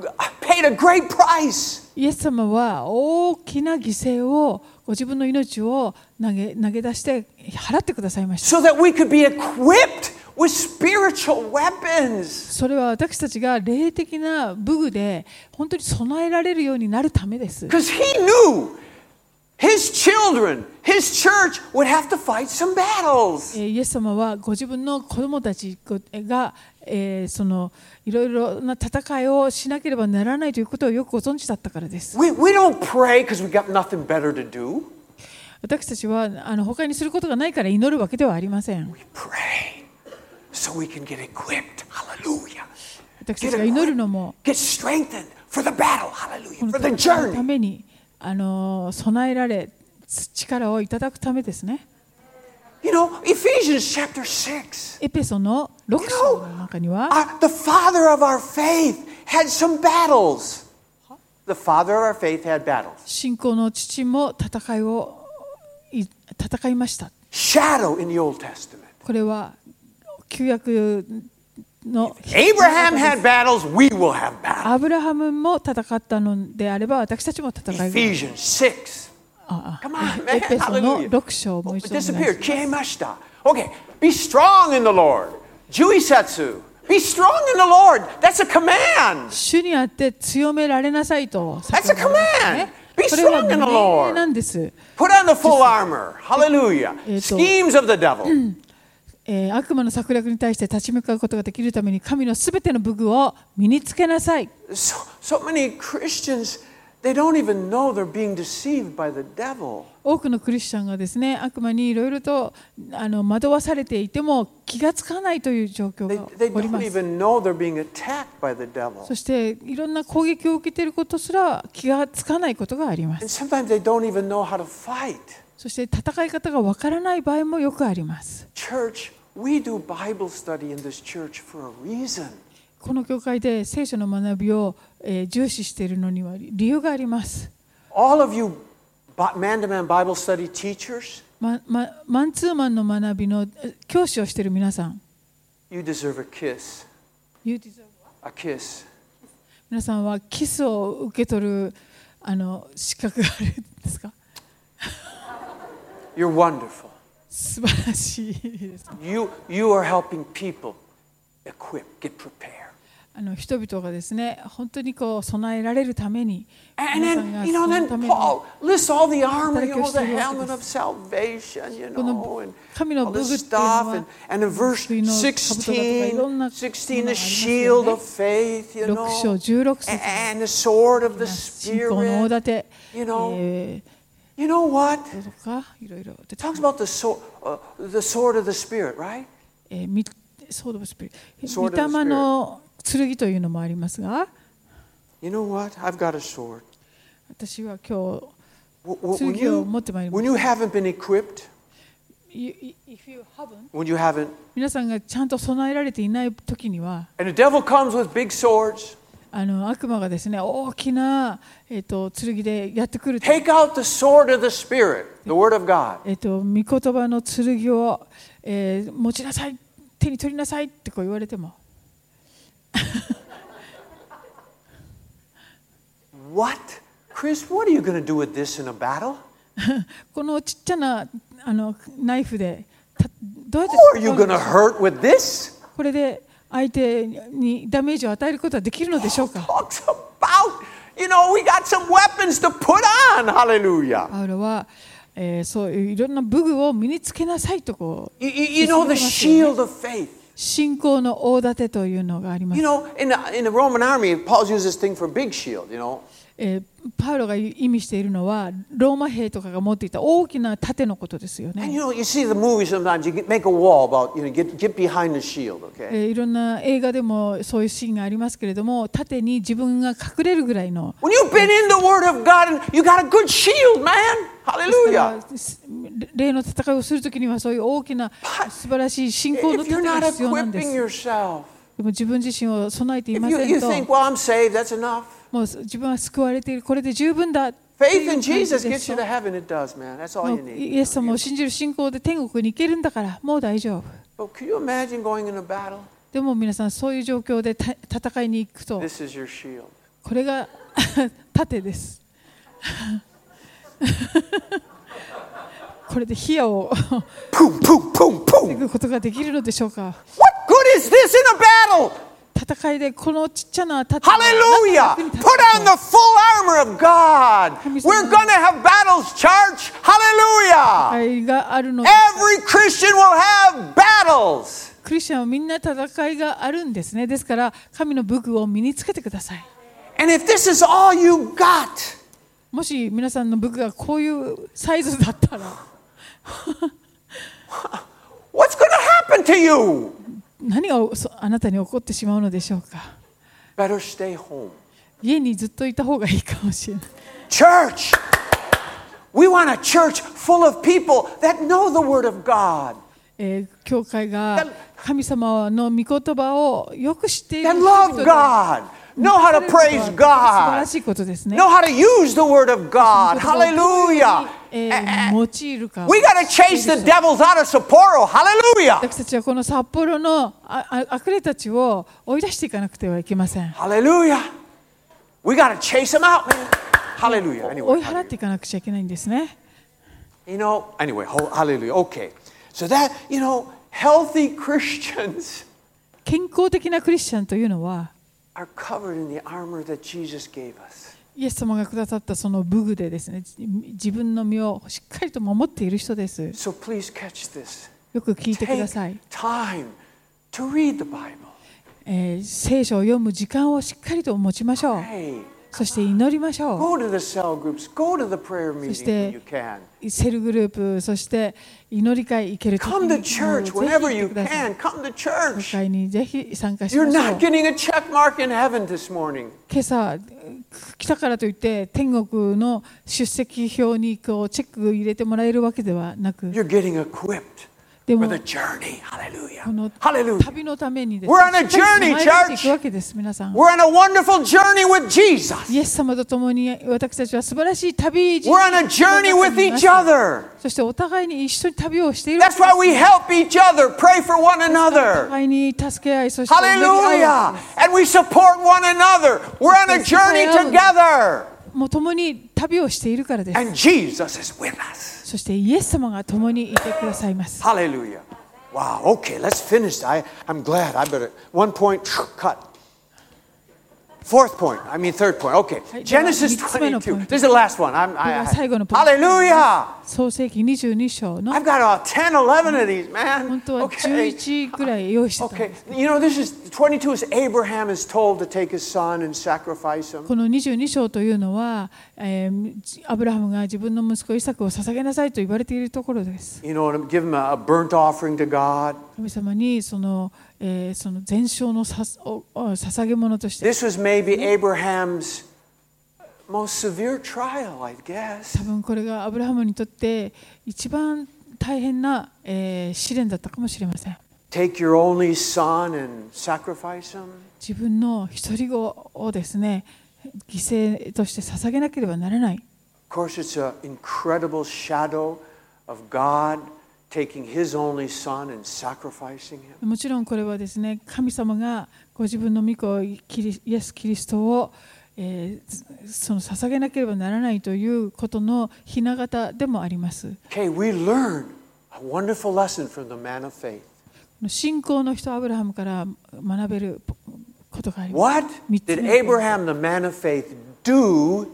[SPEAKER 1] paid a great price.
[SPEAKER 2] イエス様は大きな犠牲をご自分の命を投げ投げ出して払ってくださいました
[SPEAKER 1] so that we could be equipped with spiritual weapons.
[SPEAKER 2] それは私たちが霊的な武具で本当に備えられるようになるためです
[SPEAKER 1] Because he knew his children, his church would have to fight some
[SPEAKER 2] え
[SPEAKER 1] battles.
[SPEAKER 2] ーイエス様はご自分の子供たちが、えーそのいろいろな戦いをしなければならないということをよくご存知だったからです。
[SPEAKER 1] We, we don't pray because we got nothing better to do.
[SPEAKER 2] 私たちはあの他にすることがないから祈るわけではありません。
[SPEAKER 1] Pray so we can get equipped. Hallelujah.
[SPEAKER 2] 私たちが祈るのも
[SPEAKER 1] Get strengthened for the battle. Hallelujah.
[SPEAKER 2] この
[SPEAKER 1] For the
[SPEAKER 2] 戦いのた
[SPEAKER 1] journey.
[SPEAKER 2] めにあの備えられ力をいただくためですね。
[SPEAKER 1] You know, Ephesians chapter 6.
[SPEAKER 2] エペソの6
[SPEAKER 1] You
[SPEAKER 2] 章
[SPEAKER 1] know,
[SPEAKER 2] の中には
[SPEAKER 1] our- the father of our faith had some battles. The father of our faith had battles.
[SPEAKER 2] 信仰の父も戦いをい戦いました。
[SPEAKER 1] Shadow in the Old Testament.
[SPEAKER 2] これは旧約の
[SPEAKER 1] Abraham had battles, we will have battles.
[SPEAKER 2] アブラハムも戦ったのであれば私たちも戦いが
[SPEAKER 1] Ephesians 6.
[SPEAKER 2] あ
[SPEAKER 1] Come
[SPEAKER 2] あ
[SPEAKER 1] on,
[SPEAKER 2] エ
[SPEAKER 1] man.
[SPEAKER 2] ペソの
[SPEAKER 1] Hallelujah.
[SPEAKER 2] 6章をもう
[SPEAKER 1] Oh,
[SPEAKER 2] 一度お願いします
[SPEAKER 1] Disappeared. Kiemashita. Okay. Be strong in the Lord. Juisetsu. Be strong in the Lord. That's a command.
[SPEAKER 2] 主にあって強められなさいと
[SPEAKER 1] That's a
[SPEAKER 2] 先ほど言いました
[SPEAKER 1] command.
[SPEAKER 2] ね
[SPEAKER 1] Be
[SPEAKER 2] これは
[SPEAKER 1] strong in the
[SPEAKER 2] 命令なんです、
[SPEAKER 1] Put on the full armor. Hallelujah.
[SPEAKER 2] えっと、
[SPEAKER 1] Schemes of the devil.
[SPEAKER 2] えー悪魔の策略に対して立ち向かうことができるために神のすべての武具を身につけなさい
[SPEAKER 1] So, so many Christians, they don't even know they're being deceived by the devil.
[SPEAKER 2] 多くのクリスチャンがですね悪魔にいろいろとあの惑わされていても気がつかないという状況
[SPEAKER 1] They,
[SPEAKER 2] が
[SPEAKER 1] they
[SPEAKER 2] 起こりま
[SPEAKER 1] don't
[SPEAKER 2] す
[SPEAKER 1] even know they're being attacked by the devil.
[SPEAKER 2] そしていろんな攻撃を受けていることすら気がつかないことがあります
[SPEAKER 1] And sometimes they don't even know how to fight.
[SPEAKER 2] そして戦い方がわからない場合もよくあります。
[SPEAKER 1] Church, we do Bible study in this church for a reason.
[SPEAKER 2] この教会で聖書の学びを、えー重視しているのには理由があります。
[SPEAKER 1] All of you man to man Bible study teachers,
[SPEAKER 2] ままマンツーマンの学びのえー教師をしている皆さん、
[SPEAKER 1] you deserve a kiss.
[SPEAKER 2] You deserve-
[SPEAKER 1] A kiss.
[SPEAKER 2] 皆さんはキスを受け取るあの資格があるんですか
[SPEAKER 1] You're wonderful.
[SPEAKER 2] 素晴らしいですね。
[SPEAKER 1] You, you are helping people equip, get prepared.
[SPEAKER 2] あの人々がですね、本当にこう備えられるために、
[SPEAKER 1] And
[SPEAKER 2] 皆さん
[SPEAKER 1] then,
[SPEAKER 2] が
[SPEAKER 1] you know,
[SPEAKER 2] その
[SPEAKER 1] then
[SPEAKER 2] ために
[SPEAKER 1] Paul lists all the armor,
[SPEAKER 2] Para
[SPEAKER 1] you
[SPEAKER 2] que
[SPEAKER 1] know, the
[SPEAKER 2] ustedes-
[SPEAKER 1] helmet of salvation, you
[SPEAKER 2] こ
[SPEAKER 1] know,
[SPEAKER 2] の
[SPEAKER 1] and
[SPEAKER 2] 神の
[SPEAKER 1] all
[SPEAKER 2] 武具
[SPEAKER 1] this
[SPEAKER 2] っていうの
[SPEAKER 1] stuff.
[SPEAKER 2] は
[SPEAKER 1] And, and in verse
[SPEAKER 2] 救いの兜だとかいろんな
[SPEAKER 1] 16, 16,
[SPEAKER 2] も
[SPEAKER 1] the
[SPEAKER 2] のがあります
[SPEAKER 1] shield
[SPEAKER 2] よ
[SPEAKER 1] of
[SPEAKER 2] ね
[SPEAKER 1] faith, you
[SPEAKER 2] 6
[SPEAKER 1] know,
[SPEAKER 2] 章16
[SPEAKER 1] and,
[SPEAKER 2] 節
[SPEAKER 1] and the sword of the
[SPEAKER 2] 信仰
[SPEAKER 1] Spirit.
[SPEAKER 2] の大盾、
[SPEAKER 1] You know.
[SPEAKER 2] え
[SPEAKER 1] You know what?
[SPEAKER 2] ー、どうかいろいろ出
[SPEAKER 1] It
[SPEAKER 2] てく
[SPEAKER 1] talks
[SPEAKER 2] る
[SPEAKER 1] about the sword, uh, the sword of the Spirit, right?
[SPEAKER 2] えーみソードオブスピリット
[SPEAKER 1] Sword
[SPEAKER 2] 御
[SPEAKER 1] of the
[SPEAKER 2] 霊の剣というのもありますが、
[SPEAKER 1] You know what? I've got a sword.
[SPEAKER 2] 私は今
[SPEAKER 1] W- w- When
[SPEAKER 2] 剣を
[SPEAKER 1] you,
[SPEAKER 2] 持ってまいりました。
[SPEAKER 1] when you haven't been equipped,
[SPEAKER 2] 日、いい if you haven't-
[SPEAKER 1] when you haven't,
[SPEAKER 2] 皆さんがちゃんと備えられていない時には、
[SPEAKER 1] and the devil comes with big swords,
[SPEAKER 2] あの悪魔がですね大きなえっ、と剣でやってくると。
[SPEAKER 1] take out the sword of the Spirit, the Word of God.
[SPEAKER 2] えっと、御言葉の剣を、えー持ちなさい、手に取りなさいってこう言われても、
[SPEAKER 1] What? Chris, what are you going to do with this in a battle?
[SPEAKER 2] このちっちゃなあのナイフでたどうやって
[SPEAKER 1] Who are you going to hurt with this?
[SPEAKER 2] これで相手にダメージを与えることはできるのでしょうか
[SPEAKER 1] Talks about, you know, we got some weapons to put on. Hallelujah.
[SPEAKER 2] パウロは、えーそういういろんな武具を身につけなさいとこう
[SPEAKER 1] You, you, you know, the shield of faith.
[SPEAKER 2] 信仰の大盾というのがありま
[SPEAKER 1] You
[SPEAKER 2] す、
[SPEAKER 1] know, in the, in the Roman army, Paul's used this thing for big shield, you know.
[SPEAKER 2] えーパウロが意味しているのはローマ兵とかが持っていた大きな盾のことですよ
[SPEAKER 1] And
[SPEAKER 2] ね、
[SPEAKER 1] you know, you see the movie sometimes, you get, make a wall about, you know, get, get behind the shield,
[SPEAKER 2] え
[SPEAKER 1] okay?
[SPEAKER 2] ーいろんな映画でもそういうシーンがありますけれども盾に自分が隠れるぐらいの
[SPEAKER 1] When you've been in the Word of God and you got a good shield, man.
[SPEAKER 2] だから
[SPEAKER 1] Hallelujah.
[SPEAKER 2] 霊の戦いをするときにはそういう大きな素晴らしい信仰の
[SPEAKER 1] If you're
[SPEAKER 2] 盾が
[SPEAKER 1] not
[SPEAKER 2] 必要なんです
[SPEAKER 1] equipping。yourself,
[SPEAKER 2] でも自分自身を備えてい
[SPEAKER 1] if
[SPEAKER 2] ま
[SPEAKER 1] you,
[SPEAKER 2] せん
[SPEAKER 1] you
[SPEAKER 2] と、
[SPEAKER 1] think, well, I'm saved, that's enough.
[SPEAKER 2] もう自分は救われている、これで十分だ。
[SPEAKER 1] Faith in Jesus
[SPEAKER 2] とい
[SPEAKER 1] gets
[SPEAKER 2] う感じ
[SPEAKER 1] you
[SPEAKER 2] で
[SPEAKER 1] to heaven, it does, man. That's
[SPEAKER 2] しょ
[SPEAKER 1] all
[SPEAKER 2] も
[SPEAKER 1] you
[SPEAKER 2] うイエ
[SPEAKER 1] need.
[SPEAKER 2] ス様を信じる信仰で天国に行けるんだから、もう大丈夫。
[SPEAKER 1] But can Oh, you imagine going in a battle?
[SPEAKER 2] でも皆さん、そういう状況でた戦いに行くと、
[SPEAKER 1] This is your shield.
[SPEAKER 2] これが [laughs] 盾です。 [laughs] これで火矢を
[SPEAKER 1] Boom, boom, boom,
[SPEAKER 2] 撃
[SPEAKER 1] boom.
[SPEAKER 2] くことができるのでしょうか。
[SPEAKER 1] What good is this in a battle?
[SPEAKER 2] 戦いでこのちっちゃな盾
[SPEAKER 1] Hallelujah.
[SPEAKER 2] な
[SPEAKER 1] Put
[SPEAKER 2] んか役に立つこと
[SPEAKER 1] on the full armor of God. We're going to have battles, church. Hallelujah.
[SPEAKER 2] 戦いがあるので
[SPEAKER 1] Every Christian will have battles.
[SPEAKER 2] クリスチャンはみんな戦いがあるんですね。ですから、神の武具を身につけてください。
[SPEAKER 1] And if this is all you got,
[SPEAKER 2] もし皆さんの武具がこういうサイズだったら、 [laughs]
[SPEAKER 1] what's going to happen to you?
[SPEAKER 2] 何がそあなたに起こってしまうのでしょうか
[SPEAKER 1] Better stay home.
[SPEAKER 2] 家にずっといた方がいいかもしれない [laughs]
[SPEAKER 1] Church! We want a church full of people that know the Word of God,
[SPEAKER 2] えー教会が神様の御言葉をよく知っている
[SPEAKER 1] that
[SPEAKER 2] 人
[SPEAKER 1] love
[SPEAKER 2] 々
[SPEAKER 1] God, know how to
[SPEAKER 2] そ
[SPEAKER 1] praise
[SPEAKER 2] れこそは素晴ら
[SPEAKER 1] God,
[SPEAKER 2] しいことですね。
[SPEAKER 1] know how to use the Word of God.
[SPEAKER 2] その言葉をどのように
[SPEAKER 1] Hallelujah!
[SPEAKER 2] え
[SPEAKER 1] Eh,
[SPEAKER 2] ー用いるかを
[SPEAKER 1] We got to chase the devils out of Sapporo. Hallelujah!
[SPEAKER 2] [laughs] 私たちはこの札幌のああ悪霊たちを追い出していかなくてはいけません。
[SPEAKER 1] Hallelujah! We got to chase them out, man. Hallelujah.
[SPEAKER 2] 追
[SPEAKER 1] Anyway,
[SPEAKER 2] い払っていかなくちゃいけないんですね。
[SPEAKER 1] you know, anyway, ho- hallelujah. Okay. So that, you know, healthy Christians [laughs]
[SPEAKER 2] 健康的なクリスチャンというのは、
[SPEAKER 1] are covered in the armor that Jesus gave us.
[SPEAKER 2] イエス様がくださったその武具でですね、じ自分の身をしっかりと守っている人です。
[SPEAKER 1] So please catch this.
[SPEAKER 2] よく聞いてくだ
[SPEAKER 1] Take
[SPEAKER 2] さい。
[SPEAKER 1] time to read the Bible.
[SPEAKER 2] えー聖書を読む時間をしっかりと持ちましょう。
[SPEAKER 1] Hey,
[SPEAKER 2] そして祈りましょ
[SPEAKER 1] go to the cell groups, go to the prayer meeting when
[SPEAKER 2] して
[SPEAKER 1] you can.
[SPEAKER 2] う。セルグループ、そして祈り会行けると
[SPEAKER 1] Come to church
[SPEAKER 2] もうぜひ
[SPEAKER 1] whenever
[SPEAKER 2] 行って
[SPEAKER 1] you
[SPEAKER 2] ください
[SPEAKER 1] can. Come to
[SPEAKER 2] 教
[SPEAKER 1] church.
[SPEAKER 2] 会にぜひ参加し
[SPEAKER 1] You're
[SPEAKER 2] ましょ
[SPEAKER 1] not
[SPEAKER 2] う。
[SPEAKER 1] getting a check mark in heaven this morning.
[SPEAKER 2] 今朝来たからといって天国の出席表にこうチェック入れてもらえるわけではなく
[SPEAKER 1] You're getting equipped
[SPEAKER 2] で
[SPEAKER 1] for
[SPEAKER 2] も
[SPEAKER 1] the journey.
[SPEAKER 2] こ
[SPEAKER 1] Hallelujah.
[SPEAKER 2] の
[SPEAKER 1] Hallelujah.
[SPEAKER 2] 旅のためにです
[SPEAKER 1] We're on a
[SPEAKER 2] しっかり
[SPEAKER 1] journey,
[SPEAKER 2] 備えられていくわけです皆さん
[SPEAKER 1] We're on a wonderful journey with Jesus.
[SPEAKER 2] イエス様と共に私たちは素晴らしい旅路
[SPEAKER 1] We're on a journey with each other.
[SPEAKER 2] そしてお互いに一緒に旅をしている
[SPEAKER 1] That's why we help each other, pray for one
[SPEAKER 2] お
[SPEAKER 1] another.
[SPEAKER 2] 互いに助け合いそして恵み合う
[SPEAKER 1] Hallelujah. And we support one another. We're on a journey together.
[SPEAKER 2] もう共に旅をしているからです
[SPEAKER 1] And Jesus is with us.
[SPEAKER 2] そしてイエス様が共にいてくださいます
[SPEAKER 1] Hallelujah. Wow. Okay, let's finish. I, I'm glad. I better. One point, cut. Fourth point. I mean, third point. Okay. Genesis 22. This is the last one. I'm,
[SPEAKER 2] こ
[SPEAKER 1] I,
[SPEAKER 2] れが
[SPEAKER 1] I,
[SPEAKER 2] 最後のポイント
[SPEAKER 1] hallelujah.
[SPEAKER 2] 創世紀22章の
[SPEAKER 1] I've got about 10, 11 of these,
[SPEAKER 2] 本
[SPEAKER 1] man.
[SPEAKER 2] 当は
[SPEAKER 1] Okay.
[SPEAKER 2] 11ぐらい用意してたん
[SPEAKER 1] Okay.
[SPEAKER 2] です。
[SPEAKER 1] You know, this is 22 is Abraham is told to take his son and sacrifice him.
[SPEAKER 2] この22章というのは、えーじアブラハムが自分の息子イサクを捧げなさいと言われているところです。
[SPEAKER 1] You know, and give him a, a burnt offering to God.
[SPEAKER 2] 神様にその,、えーその全焼のさすおお捧げ物として、
[SPEAKER 1] This was maybe Abraham's most severe trial, I guess.
[SPEAKER 2] 多分これがアブラハムにとって一番大変な、えー試練だったかもしれません。
[SPEAKER 1] Take your only son and sacrifice him.
[SPEAKER 2] 自分の一人子をですね、犠牲として捧げなければならない。
[SPEAKER 1] Of course, it's an incredible shadow of God taking his only son and sacrificing him.
[SPEAKER 2] もちろんこれはですね神様がご自分の御子キリイエス・キリストを、えーその捧げなければならないということのひな形でもあります
[SPEAKER 1] Okay, we learn a wonderful lesson from the man of faith.
[SPEAKER 2] 信仰の人アブラハムから学べることがあります
[SPEAKER 1] What did Abraham, the man of faith, do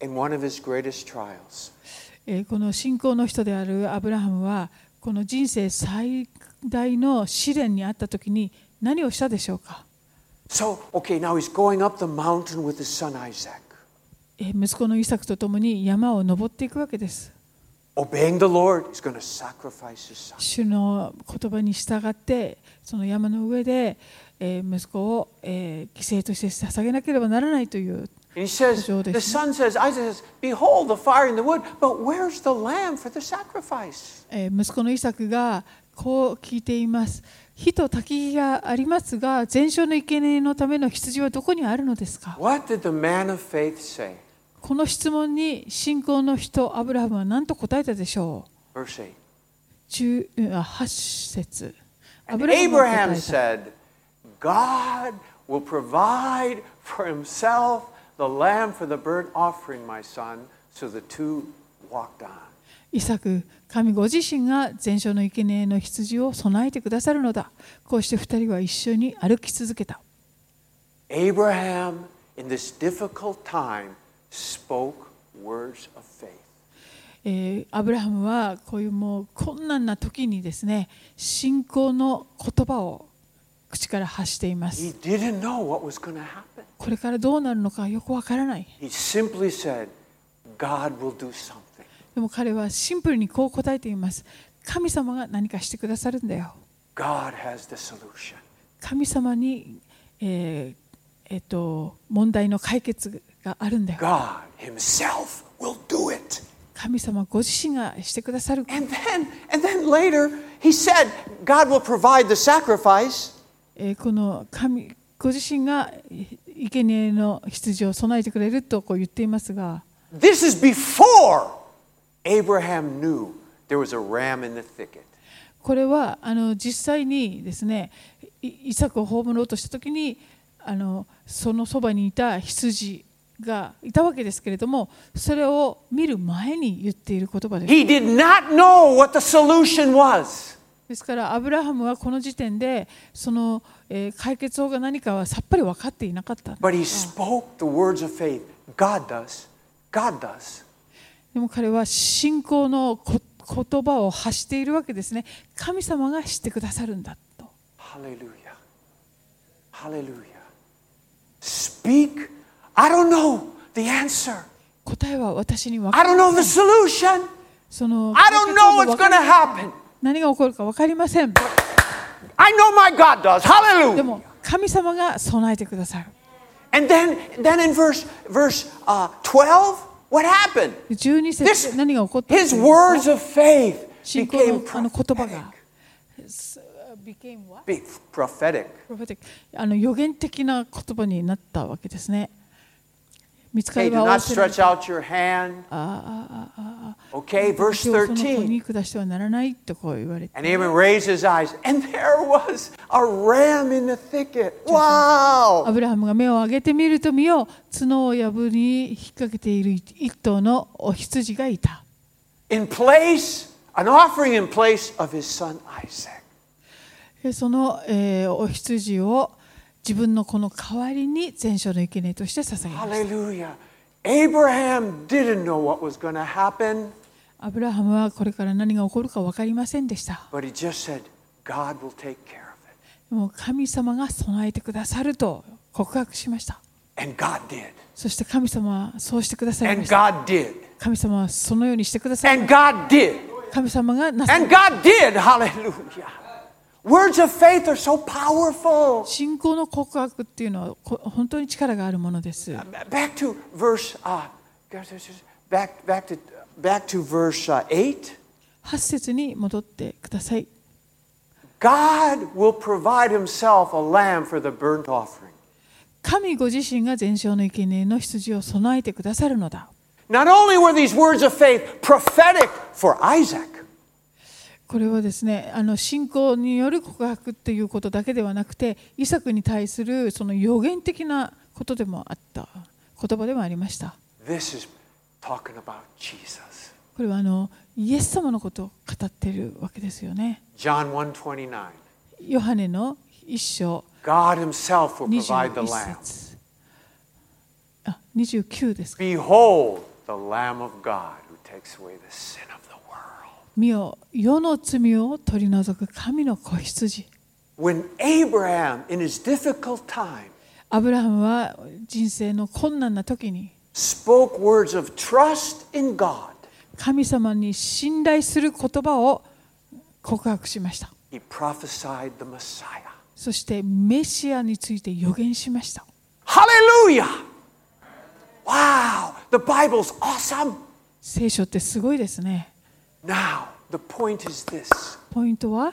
[SPEAKER 1] in one of his greatest trials?
[SPEAKER 2] えーこの信仰の人であるアブラハムはこの人生最大の試練にあった時に何をしたでしょうか、
[SPEAKER 1] So, okay, now he's going up the mountain with his son Isaac,
[SPEAKER 2] えー息子のイサクと共に山を登っていくわけです
[SPEAKER 1] obeying the Lord. He's going to sacrifice his son.
[SPEAKER 2] 主の言葉に従ってその山の上で、えー息子を、えー犠牲として捧げなければならないという
[SPEAKER 1] And he says, the son says, Isaac says, Behold the fire in the wood, but where's the lamb for the sacrifice?
[SPEAKER 2] えー息子のイサクがこう聞いています火と焚き火がありますが全焼の生贄のための羊はどこにあるのですか
[SPEAKER 1] What did the man of faith say?
[SPEAKER 2] この質問に信仰の人アブラハムは何と答えたでしょう
[SPEAKER 1] Verse 8.
[SPEAKER 2] 中あ8節ア
[SPEAKER 1] And
[SPEAKER 2] ブラハムは答
[SPEAKER 1] Abraham
[SPEAKER 2] えた
[SPEAKER 1] said, God will provide for himself the lamb for the burnt offering, my son. So the two walked on.
[SPEAKER 2] イサク、神ご自身が全焼の生贄の羊を備えてくださるのだ。こうして二人は一緒に歩き続けた。
[SPEAKER 1] Abraham, in this difficult time, spoke words of faith.
[SPEAKER 2] えーアブラハムはこういうもう困難な時にですね、信仰の言葉を口から発していま
[SPEAKER 1] He
[SPEAKER 2] す。
[SPEAKER 1] didn't know what was going to happen.
[SPEAKER 2] これからどうなるのかよくわからない。
[SPEAKER 1] He simply said, God will do something.
[SPEAKER 2] でも彼はシンプルにこう答えています。神様が何かしてくださるんだよ。
[SPEAKER 1] God has the solution.
[SPEAKER 2] 神様に、えーえっと問題の解決があるんだよ
[SPEAKER 1] God Himself will do it.
[SPEAKER 2] 神様ご自身がしてくださる
[SPEAKER 1] And then, and then later, He said, God will provide the sacrifice.
[SPEAKER 2] えーこの神ご自身がい生贄の羊を備えてくれるとこう言っていますが
[SPEAKER 1] This is before Abraham knew there was a ram in the thicket.
[SPEAKER 2] これはあの実際にですねいイサクを葬ろうとした時にあのそのそばにいた羊がいたわけですけれどもそれを見る前に言っている言葉です
[SPEAKER 1] He did not know what the solution was.
[SPEAKER 2] ですからアブラハムはこの時点でその、えー解決法が何かはさっぱり分かっていなかったんです
[SPEAKER 1] But he spoke the words of faith. God does. God does.
[SPEAKER 2] でも彼は信仰のこ言葉を発しているわけですね。神様がしてくださるんだと。
[SPEAKER 1] Hallelujah. Hallelujah. Speak. I don't know the answer.
[SPEAKER 2] 答えは私に分
[SPEAKER 1] I
[SPEAKER 2] か
[SPEAKER 1] don't
[SPEAKER 2] る。
[SPEAKER 1] know the solution.
[SPEAKER 2] その
[SPEAKER 1] I don't know
[SPEAKER 2] 解決
[SPEAKER 1] what's
[SPEAKER 2] 法が
[SPEAKER 1] going to
[SPEAKER 2] 分か
[SPEAKER 1] happen.
[SPEAKER 2] 何が起こるか分かりません。で
[SPEAKER 1] I know my God does. Hallelujah.
[SPEAKER 2] も神様が備えてくださ
[SPEAKER 1] And then, then in verse, verse uh, 12, what happened?
[SPEAKER 2] る。12節
[SPEAKER 1] This,
[SPEAKER 2] で何が起こったかと
[SPEAKER 1] his
[SPEAKER 2] いうと
[SPEAKER 1] words of faith
[SPEAKER 2] 信仰
[SPEAKER 1] became
[SPEAKER 2] のあの言葉
[SPEAKER 1] prophetic.
[SPEAKER 2] が。became what?
[SPEAKER 1] Be- prophetic.
[SPEAKER 2] prophetic あの予言的な言葉になったわけですね。見つか
[SPEAKER 1] Okay,
[SPEAKER 2] り
[SPEAKER 1] do
[SPEAKER 2] は
[SPEAKER 1] not
[SPEAKER 2] 仰せられ
[SPEAKER 1] stretch out your hand.
[SPEAKER 2] ああああああ
[SPEAKER 1] Okay, verse
[SPEAKER 2] 手をその子
[SPEAKER 1] 13.
[SPEAKER 2] に下してはならないとこう言われて
[SPEAKER 1] And Abram raised his eyes, and [laughs] there was a ram in the thicket. Wow!
[SPEAKER 2] アブラハムが目を上げてみると見よ角を破りに引っ掛けている一頭のお羊がいた
[SPEAKER 1] In place, an offering in place of his son Isaac.
[SPEAKER 2] でその、えーお羊を自分のこの代わりに全焼の生贄として捧げました
[SPEAKER 1] Hallelujah. Abraham didn't know what was going to happen,
[SPEAKER 2] アブラハムはこれから何が起こるか分かりませんでした
[SPEAKER 1] but he just said, God will take care of it.
[SPEAKER 2] でも神様が備えてくださると告白しました
[SPEAKER 1] And God did.
[SPEAKER 2] そして神様はそうしてくださいま
[SPEAKER 1] And
[SPEAKER 2] した
[SPEAKER 1] God did.
[SPEAKER 2] 神様はそのようにしてくださいま
[SPEAKER 1] And
[SPEAKER 2] した
[SPEAKER 1] God did.
[SPEAKER 2] 神様がなさ
[SPEAKER 1] And God did. Hallelujah. Words of faith are so powerful.
[SPEAKER 2] 信仰の告白っていうのはこ本当に力があるものです。
[SPEAKER 1] Back to verse uh, back back to back to verse uh, 8.
[SPEAKER 2] 8節に戻ってください。
[SPEAKER 1] God will provide himself a lamb for the burnt offering.
[SPEAKER 2] 神ご自身が全焼の生贄の羊を備えてくださるのだ。
[SPEAKER 1] Not only were these words of faith prophetic for Isaac,
[SPEAKER 2] これはですね、あの信仰による告白っていうことだけではなくて、イサクに対するその予言的なことでもあった言葉でもありました。
[SPEAKER 1] this is talking about Jesus.
[SPEAKER 2] これはあのイエス様のことを語っているわけですよね。
[SPEAKER 1] John 1:29.
[SPEAKER 2] ヨハネの一章
[SPEAKER 1] God himself will
[SPEAKER 2] 21
[SPEAKER 1] provide the lamb.
[SPEAKER 2] 節。あ、29ですか。
[SPEAKER 1] Behold the lamb of God who takes away the sin of the world.
[SPEAKER 2] 見よ世の罪を取り除く神の子羊
[SPEAKER 1] When Abraham in his difficult time
[SPEAKER 2] アブラハムは人生の困難な時に
[SPEAKER 1] spoke words of trust in God,
[SPEAKER 2] 神様に信頼する言葉を告白しました
[SPEAKER 1] he prophesied the Messiah.
[SPEAKER 2] そしてメシアについて予言しました
[SPEAKER 1] Hallelujah! Wow, the Bible's awesome.
[SPEAKER 2] 聖書ってすごいですね
[SPEAKER 1] Now, the point is this
[SPEAKER 2] ポイントは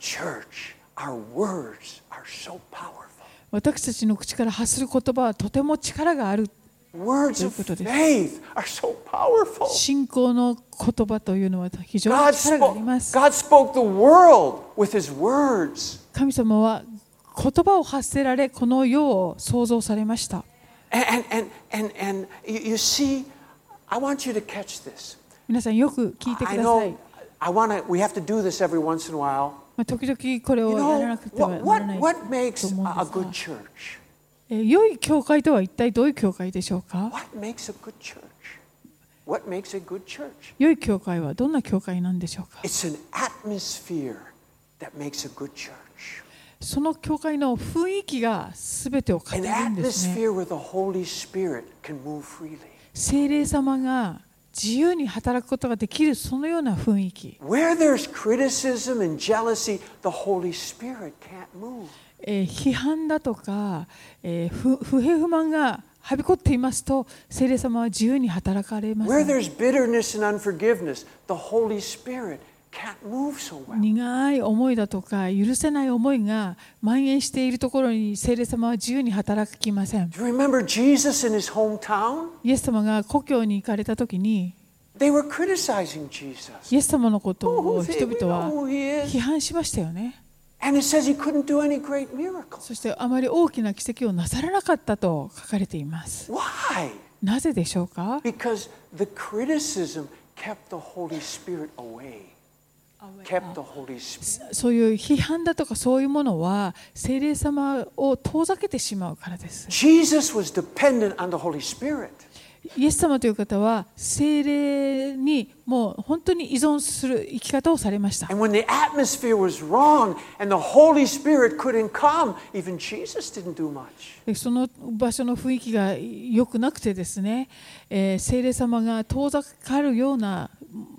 [SPEAKER 1] Church, our words are so powerful.
[SPEAKER 2] 私たちの口から発する言葉はとても力がある
[SPEAKER 1] Words of
[SPEAKER 2] ということです。
[SPEAKER 1] faith are so powerful.
[SPEAKER 2] 信仰の言葉というのは非常に
[SPEAKER 1] God
[SPEAKER 2] 力があ
[SPEAKER 1] spoke,
[SPEAKER 2] ります
[SPEAKER 1] God spoke the world with his words.
[SPEAKER 2] 神様は言葉を発せられこの世を創造されました
[SPEAKER 1] And, and, and, and you, you see, I want you to catch this.
[SPEAKER 2] 皆さんよく聞いてく
[SPEAKER 1] I
[SPEAKER 2] ださい
[SPEAKER 1] know I want to, we have to do this every once in a while.
[SPEAKER 2] まあ、時々これ
[SPEAKER 1] You
[SPEAKER 2] をやら
[SPEAKER 1] know,
[SPEAKER 2] なくては
[SPEAKER 1] what,
[SPEAKER 2] なら
[SPEAKER 1] what,
[SPEAKER 2] ないと思うん
[SPEAKER 1] what
[SPEAKER 2] で
[SPEAKER 1] makes
[SPEAKER 2] す
[SPEAKER 1] a,
[SPEAKER 2] が
[SPEAKER 1] a good church?
[SPEAKER 2] えー良い教会とは一体どういう教会でしょうか
[SPEAKER 1] What makes a good church? What makes a good church?
[SPEAKER 2] 良い教会はどんな教会なんでしょうか
[SPEAKER 1] It's an atmosphere that makes a good church.
[SPEAKER 2] その教会の雰囲気が全てを語
[SPEAKER 1] An
[SPEAKER 2] るんですね
[SPEAKER 1] atmosphere where the Holy Spirit can move freely.
[SPEAKER 2] 聖霊様が自由に働くことができるそのような雰囲気、
[SPEAKER 1] Where there's criticism and jealousy, the Holy Spirit can't move.
[SPEAKER 2] えー批判だとか、えー不不平不満がはびこっていますと聖霊様は自由に働かれま
[SPEAKER 1] Where
[SPEAKER 2] す
[SPEAKER 1] there's bitterness and unforgiveness, the Holy Spirit can't move so well.
[SPEAKER 2] 苦い思いだとか許せない思いが蔓延しているところに聖霊様は自由に働きません
[SPEAKER 1] Do you remember Jesus in his hometown?
[SPEAKER 2] イエス様が故郷に行かれた時に
[SPEAKER 1] They were criticizing Jesus.
[SPEAKER 2] イエス様のことを
[SPEAKER 1] Oh, see,
[SPEAKER 2] 人
[SPEAKER 1] we
[SPEAKER 2] 々
[SPEAKER 1] know
[SPEAKER 2] は
[SPEAKER 1] who he is.
[SPEAKER 2] 批判しましたよね
[SPEAKER 1] And it says he couldn't do any great miracles.
[SPEAKER 2] そしてあまり大きな奇跡をなさらなかったと書かれています
[SPEAKER 1] Why?
[SPEAKER 2] なぜでしょうか
[SPEAKER 1] Because the criticism kept the Holy Spirit away. Kept the Holy Spirit.
[SPEAKER 2] そういう批判だとかそういうものは聖霊様を遠ざけてしまうからです
[SPEAKER 1] Jesus was dependent on the Holy Spirit.
[SPEAKER 2] イエス様という方は聖霊にもう本当に依存する生き方をされました
[SPEAKER 1] And when the atmosphere was wrong and the Holy Spirit couldn't come, even Jesus didn't do much.
[SPEAKER 2] でその場所の雰囲気が良くなくてですね、えー聖霊様が遠ざかるような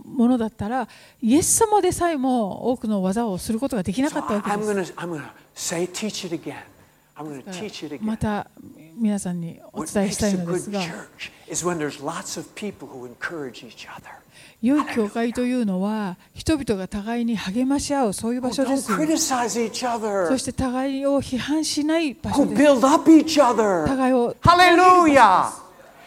[SPEAKER 2] ものだったらイエス様でさえも多くの技をすることができな
[SPEAKER 1] So
[SPEAKER 2] かったわ
[SPEAKER 1] I,
[SPEAKER 2] け
[SPEAKER 1] I'm
[SPEAKER 2] です
[SPEAKER 1] going to I'm gonna say, teach it again. I'm going to teach it
[SPEAKER 2] ま
[SPEAKER 1] again.
[SPEAKER 2] た皆さんにお
[SPEAKER 1] What
[SPEAKER 2] 伝え
[SPEAKER 1] makes
[SPEAKER 2] した
[SPEAKER 1] a
[SPEAKER 2] いので
[SPEAKER 1] good
[SPEAKER 2] すが
[SPEAKER 1] church is when there's lots of people who encourage each other.
[SPEAKER 2] 良い教会というのは人々が互いに励まし合うそういう
[SPEAKER 1] Who
[SPEAKER 2] 場所で
[SPEAKER 1] don't
[SPEAKER 2] すよ
[SPEAKER 1] criticize each
[SPEAKER 2] そ
[SPEAKER 1] other.
[SPEAKER 2] して互いを批判しない場
[SPEAKER 1] Who
[SPEAKER 2] 所です
[SPEAKER 1] build up each other.
[SPEAKER 2] 互いを
[SPEAKER 1] Hallelujah.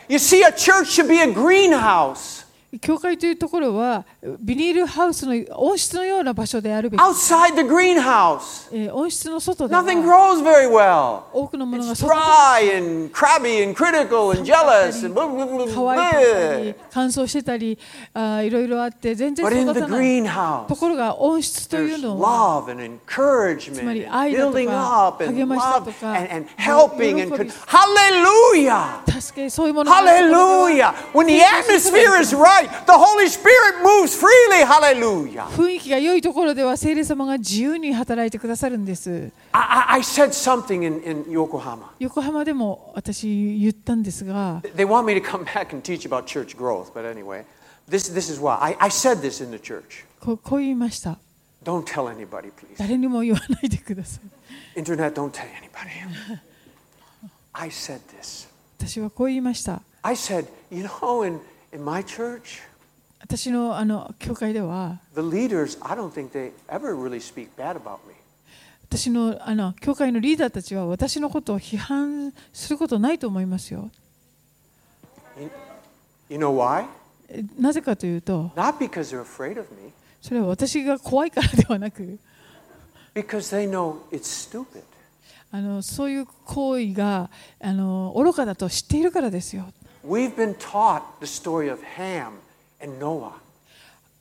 [SPEAKER 1] You see, a church should be a greenhouse.
[SPEAKER 2] 教会というところはビニールハウスの温室のような場所であるべき、
[SPEAKER 1] Outside the greenhouse,
[SPEAKER 2] えー温室の外では
[SPEAKER 1] nothing grows very well.
[SPEAKER 2] 多くのものが
[SPEAKER 1] It's
[SPEAKER 2] 外に
[SPEAKER 1] dry and crabby and critical and jealous and blah, blah, blah,
[SPEAKER 2] 乾いてた
[SPEAKER 1] blah.
[SPEAKER 2] り乾燥してたりあーいろいろあって全然
[SPEAKER 1] But in the
[SPEAKER 2] 育たないと
[SPEAKER 1] greenhouse,
[SPEAKER 2] ころが温室とい
[SPEAKER 1] there's
[SPEAKER 2] うのは
[SPEAKER 1] love and encouragement,
[SPEAKER 2] つまり愛だとか、
[SPEAKER 1] and building up and
[SPEAKER 2] 励ましだとか、
[SPEAKER 1] love and, and helping and
[SPEAKER 2] 喜び。
[SPEAKER 1] con- hallelujah.
[SPEAKER 2] 助けそういうものがあるところでは
[SPEAKER 1] Hallelujah. When the atmosphere is right, the Holy Spirit moves freely. Hallelujah.
[SPEAKER 2] 雰囲気が良いところでは聖霊様が自由に働いてくださるんです
[SPEAKER 1] I, I, I said something in, in Yokohama.
[SPEAKER 2] 横浜でも私言ったんですが
[SPEAKER 1] They want me to come [laughs] back and teach about church growth, but anyway, this, this is why. I, I said this in the church.
[SPEAKER 2] ここう言いました
[SPEAKER 1] Don't tell anybody, please.
[SPEAKER 2] 誰にも言わないでください
[SPEAKER 1] Internet, don't tell anybody. I said this.
[SPEAKER 2] 私はこう言いました
[SPEAKER 1] I said, you know, in, in my church,
[SPEAKER 2] 私のあの教会では
[SPEAKER 1] the leaders, I don't think they ever really speak bad about me.
[SPEAKER 2] 私のあの教会のリーダーたちは私のことを批判することないと思いますよ
[SPEAKER 1] You know why?
[SPEAKER 2] えなぜかというと
[SPEAKER 1] Not because they're afraid of me,
[SPEAKER 2] それは私が怖いからではなく
[SPEAKER 1] because they know it's stupid.
[SPEAKER 2] あのそういう行為があの愚かだと知っているからですよ、
[SPEAKER 1] We've been taught the story of Ham and Noah.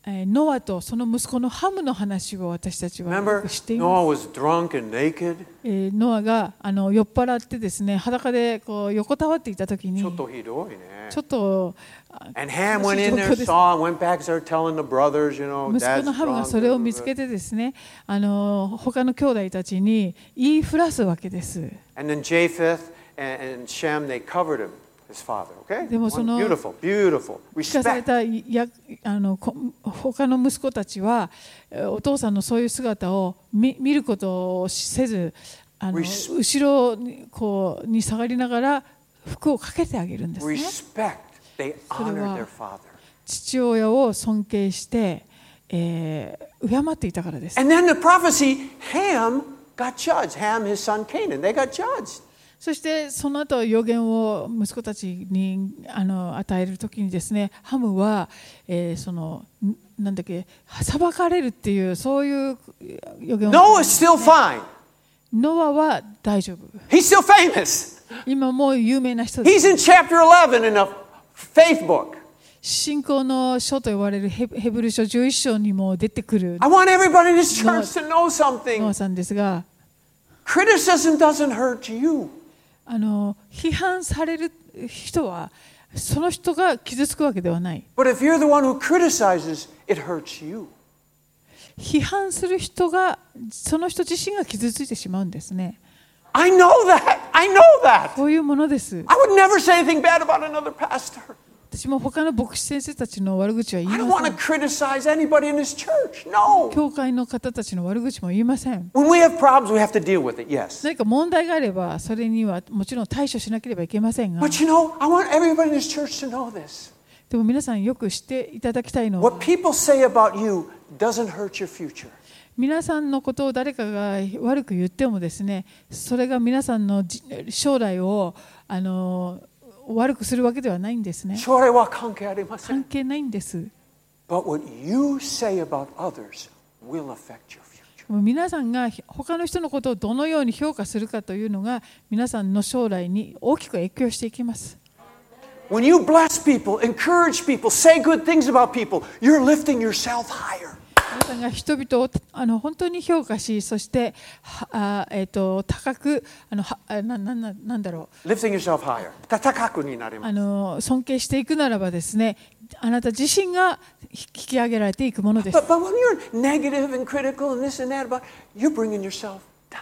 [SPEAKER 2] えーノアとその息子のハムの話を私たちはよ
[SPEAKER 1] Remember,
[SPEAKER 2] く知っています、
[SPEAKER 1] Noah was drunk and naked.
[SPEAKER 2] えーノアがあの酔っ払ってですね裸でこう横たわっていた時に
[SPEAKER 1] ちょ
[SPEAKER 2] ち
[SPEAKER 1] っとひどいね。
[SPEAKER 2] ょっとあ
[SPEAKER 1] And Ham went in
[SPEAKER 2] 悲
[SPEAKER 1] there,
[SPEAKER 2] しい状況です。
[SPEAKER 1] saw, and went back, started telling the brothers, you know,
[SPEAKER 2] 息子
[SPEAKER 1] dad's
[SPEAKER 2] のハムが
[SPEAKER 1] drunk.
[SPEAKER 2] それを見つけてですねあの他の兄弟たちに言いふらすわけです
[SPEAKER 1] And then Japheth and, and Shem, they covered him, his father, okay?
[SPEAKER 2] でもその-
[SPEAKER 1] beautiful, beautiful.
[SPEAKER 2] 聞かされ
[SPEAKER 1] Respect.
[SPEAKER 2] たやあのこ他の息子たちはえーお父さんのそういう姿を見見ることをせずあの
[SPEAKER 1] Res-
[SPEAKER 2] 後ろにこうに下がりながら服をかけてあげるんですね
[SPEAKER 1] Respect. They honored
[SPEAKER 2] それは、
[SPEAKER 1] their father.
[SPEAKER 2] 父親を尊敬して、えー敬っていたからです
[SPEAKER 1] And then the prophecy, Ham got judged. Ham, his son Canaan, they got judged.
[SPEAKER 2] そしてその後予言を息子たちにあの与えるときにですねハムは、えーそのんなんだっけ裁かれるっていうそういう予言を
[SPEAKER 1] Noah's still fine.
[SPEAKER 2] ノアは大丈夫
[SPEAKER 1] He's still famous.
[SPEAKER 2] 今もう有名な人です
[SPEAKER 1] He's in chapter 11 in the faith book.
[SPEAKER 2] 信仰の書と言われるヘヘブル書11章にも出てくる
[SPEAKER 1] I want everybody in this church to know
[SPEAKER 2] ノ
[SPEAKER 1] something.
[SPEAKER 2] アさんですが
[SPEAKER 1] Criticism doesn't hurt you.
[SPEAKER 2] あの批判される人はその人が傷つくわけではない
[SPEAKER 1] But if you're the one who criticizes, it hurts you.
[SPEAKER 2] 批判する人がその人自身が傷ついてしまうんですね
[SPEAKER 1] I know that. I know that.
[SPEAKER 2] こういうものです
[SPEAKER 1] I would never say anything bad about another pastor.
[SPEAKER 2] 私も他の牧師先生たちの悪口は言
[SPEAKER 1] I
[SPEAKER 2] い
[SPEAKER 1] don't
[SPEAKER 2] ま
[SPEAKER 1] want
[SPEAKER 2] せ
[SPEAKER 1] to
[SPEAKER 2] ん。
[SPEAKER 1] criticize anybody in this church. No.
[SPEAKER 2] 教会の方たちの悪口も言いません。
[SPEAKER 1] When we have problems, we have to deal with it, yes.
[SPEAKER 2] 何か問題があれば、それにはもちろん対処しなければいけませんが、
[SPEAKER 1] But you know, I want everybody in this church to know this.
[SPEAKER 2] でも皆さんよく知っていただきたいのは
[SPEAKER 1] What、people say about you doesn't hurt your future.
[SPEAKER 2] 皆さんのことを誰かが悪く言ってもですね、それが皆さんのじ将来をあの悪くするわけではないんですね。関
[SPEAKER 1] 将来は関係ありません。
[SPEAKER 2] 係ないんです。
[SPEAKER 1] But what you say about others will affect your future.
[SPEAKER 2] でも皆さんが他の人のことをどのように評価するかというのが皆さんの将来に大きく影響していきます。
[SPEAKER 1] When you bless people, encourage people, say good things about people, you're lifting yourself higher.
[SPEAKER 2] 皆さんが人々をあの本当に評価し、そしてはあ、えー、と高くあのはあななななんだろ
[SPEAKER 1] Lifting yourself higher.
[SPEAKER 2] う
[SPEAKER 1] 高くになります。
[SPEAKER 2] あの尊敬していくならばですね、あなた自身がひ引き上げられていくもので
[SPEAKER 1] [laughs]
[SPEAKER 2] す。
[SPEAKER 1] But, but when you're negative and critical and this and that, about, you're bringing yourself down.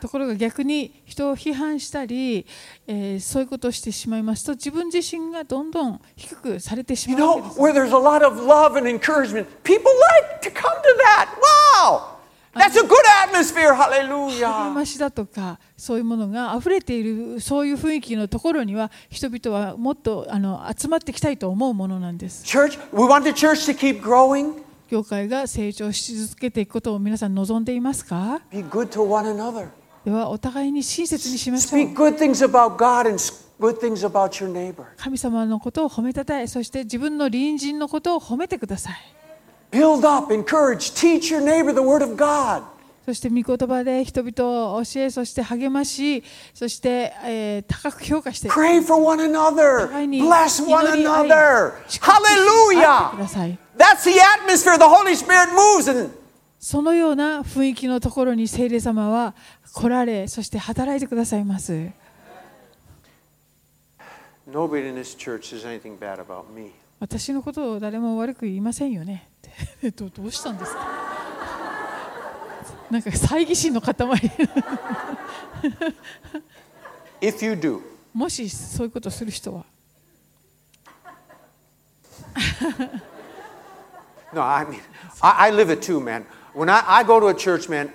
[SPEAKER 2] ところが逆に人を批判したり、えーそういうことをしてしまいますと自分自身がどんどん低くされてし
[SPEAKER 1] You
[SPEAKER 2] まう
[SPEAKER 1] know,
[SPEAKER 2] わけです。
[SPEAKER 1] where there's a lot of love and encouragement, people like to come to that. Wow! That's a good atmosphere.
[SPEAKER 2] 励
[SPEAKER 1] Hallelujah.
[SPEAKER 2] ましだとかそういうものが溢れているそういう雰囲気のところには人々はもっとあの集まってきたいと思うものなんです
[SPEAKER 1] Church, we want the church to keep growing.
[SPEAKER 2] 教会が成長し続けていくことを皆さん望んでいますか
[SPEAKER 1] Be good to one another.
[SPEAKER 2] ではお互いに親切にしましょ
[SPEAKER 1] Speak
[SPEAKER 2] う
[SPEAKER 1] good things about God and s- good things about your neighbor.
[SPEAKER 2] 神様のことを褒めたたえそして自分の隣人のことを褒めてください
[SPEAKER 1] Build up, encourage, teach your neighbor the word of God.
[SPEAKER 2] そして御言葉で人々を教えそして励ましそして、えー高く評価して
[SPEAKER 1] Pray for one another.
[SPEAKER 2] 互いに
[SPEAKER 1] Bless
[SPEAKER 2] 祈
[SPEAKER 1] one
[SPEAKER 2] り合い
[SPEAKER 1] another.
[SPEAKER 2] 祝福し合ってく
[SPEAKER 1] Hallelujah.
[SPEAKER 2] ださい
[SPEAKER 1] That's the atmosphere the Holy Spirit moves in.
[SPEAKER 2] そのような雰囲気のところに聖霊様は来られ、そして働いてくださいます。
[SPEAKER 1] Nobody in this church says anything bad about me.
[SPEAKER 2] 私のことを誰も悪く言いませんよね。って [laughs] どどうしたんですか [laughs] なんか猜疑心の塊。 [laughs]
[SPEAKER 1] If you do,
[SPEAKER 2] もしそういうことをする人は。
[SPEAKER 1] no, I mean, I, I live it too, man. When I, I go to a church, man,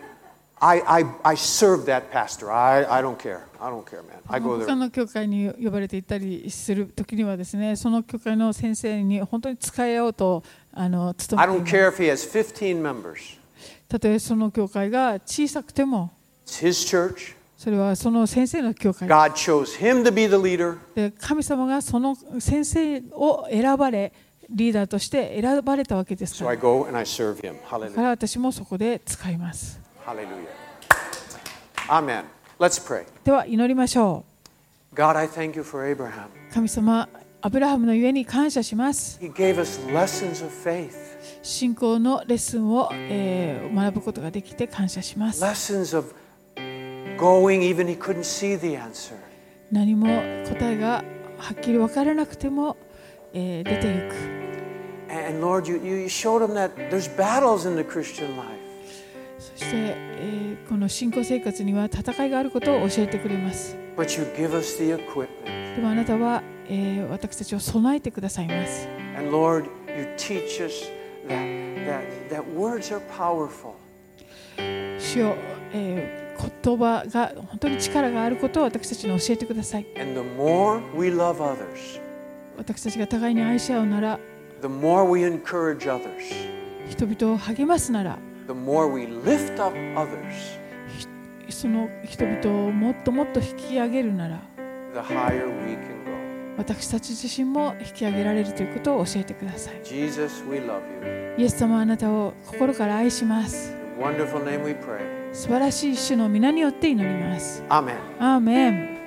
[SPEAKER 1] I, I, I serve that pastor. I, I don't care. I don't care, man. I go
[SPEAKER 2] 他
[SPEAKER 1] there.
[SPEAKER 2] の教会に呼ばれて行ったりする時にはですね、その教会の先生に本当に使えようとあの努
[SPEAKER 1] I
[SPEAKER 2] め
[SPEAKER 1] don't
[SPEAKER 2] ていま
[SPEAKER 1] care if he has 15 members.
[SPEAKER 2] す。たとえその教会が小さくても、
[SPEAKER 1] It's his church.
[SPEAKER 2] それはその先生の教会
[SPEAKER 1] God chose him to be the leader.
[SPEAKER 2] で神様がその先生を選ばれリーダーとして選ばれたわけです
[SPEAKER 1] So
[SPEAKER 2] か
[SPEAKER 1] I
[SPEAKER 2] らだ
[SPEAKER 1] go and I serve him.
[SPEAKER 2] か
[SPEAKER 1] Hallelujah.
[SPEAKER 2] ら私もそこで使います
[SPEAKER 1] Hallelujah. Amen. Let's pray.
[SPEAKER 2] では祈りましょ
[SPEAKER 1] God, I thank you for Abraham.
[SPEAKER 2] う神様アブラハムのゆえに感謝します
[SPEAKER 1] He gave us lessons of faith.
[SPEAKER 2] 信仰のレッスンを、えー学ぶことができて感謝します
[SPEAKER 1] lessons of going even he couldn't see the answer
[SPEAKER 2] 何も答えがはっきり分からなくても、えー出ていく
[SPEAKER 1] and lord you, you showed him that there's battles in the christian life
[SPEAKER 2] そして、えーこの信仰生活には戦いがあることを教えてくれます
[SPEAKER 1] but you give us the equipment
[SPEAKER 2] でもあなたは、えー私たちを備えてくださいます
[SPEAKER 1] and lord you teach us that, that, that words are powerful
[SPEAKER 2] 主よ、えー言葉が本当に力があることを私たちに教えてください
[SPEAKER 1] and the more we love others
[SPEAKER 2] 私たちが互いに愛し合うなら
[SPEAKER 1] the more we encourage others
[SPEAKER 2] 人々を励ますなら
[SPEAKER 1] the more we lift up others
[SPEAKER 2] ひその人々をもっともっと引き上げるなら
[SPEAKER 1] the higher we can go
[SPEAKER 2] 私たち自身も引き上げられるということを教えてください
[SPEAKER 1] jesus we love you
[SPEAKER 2] イエス様あなたを心から愛します
[SPEAKER 1] in wonderful name we pray
[SPEAKER 2] 素晴らしい主の皆によって祈ります
[SPEAKER 1] amen
[SPEAKER 2] アーメン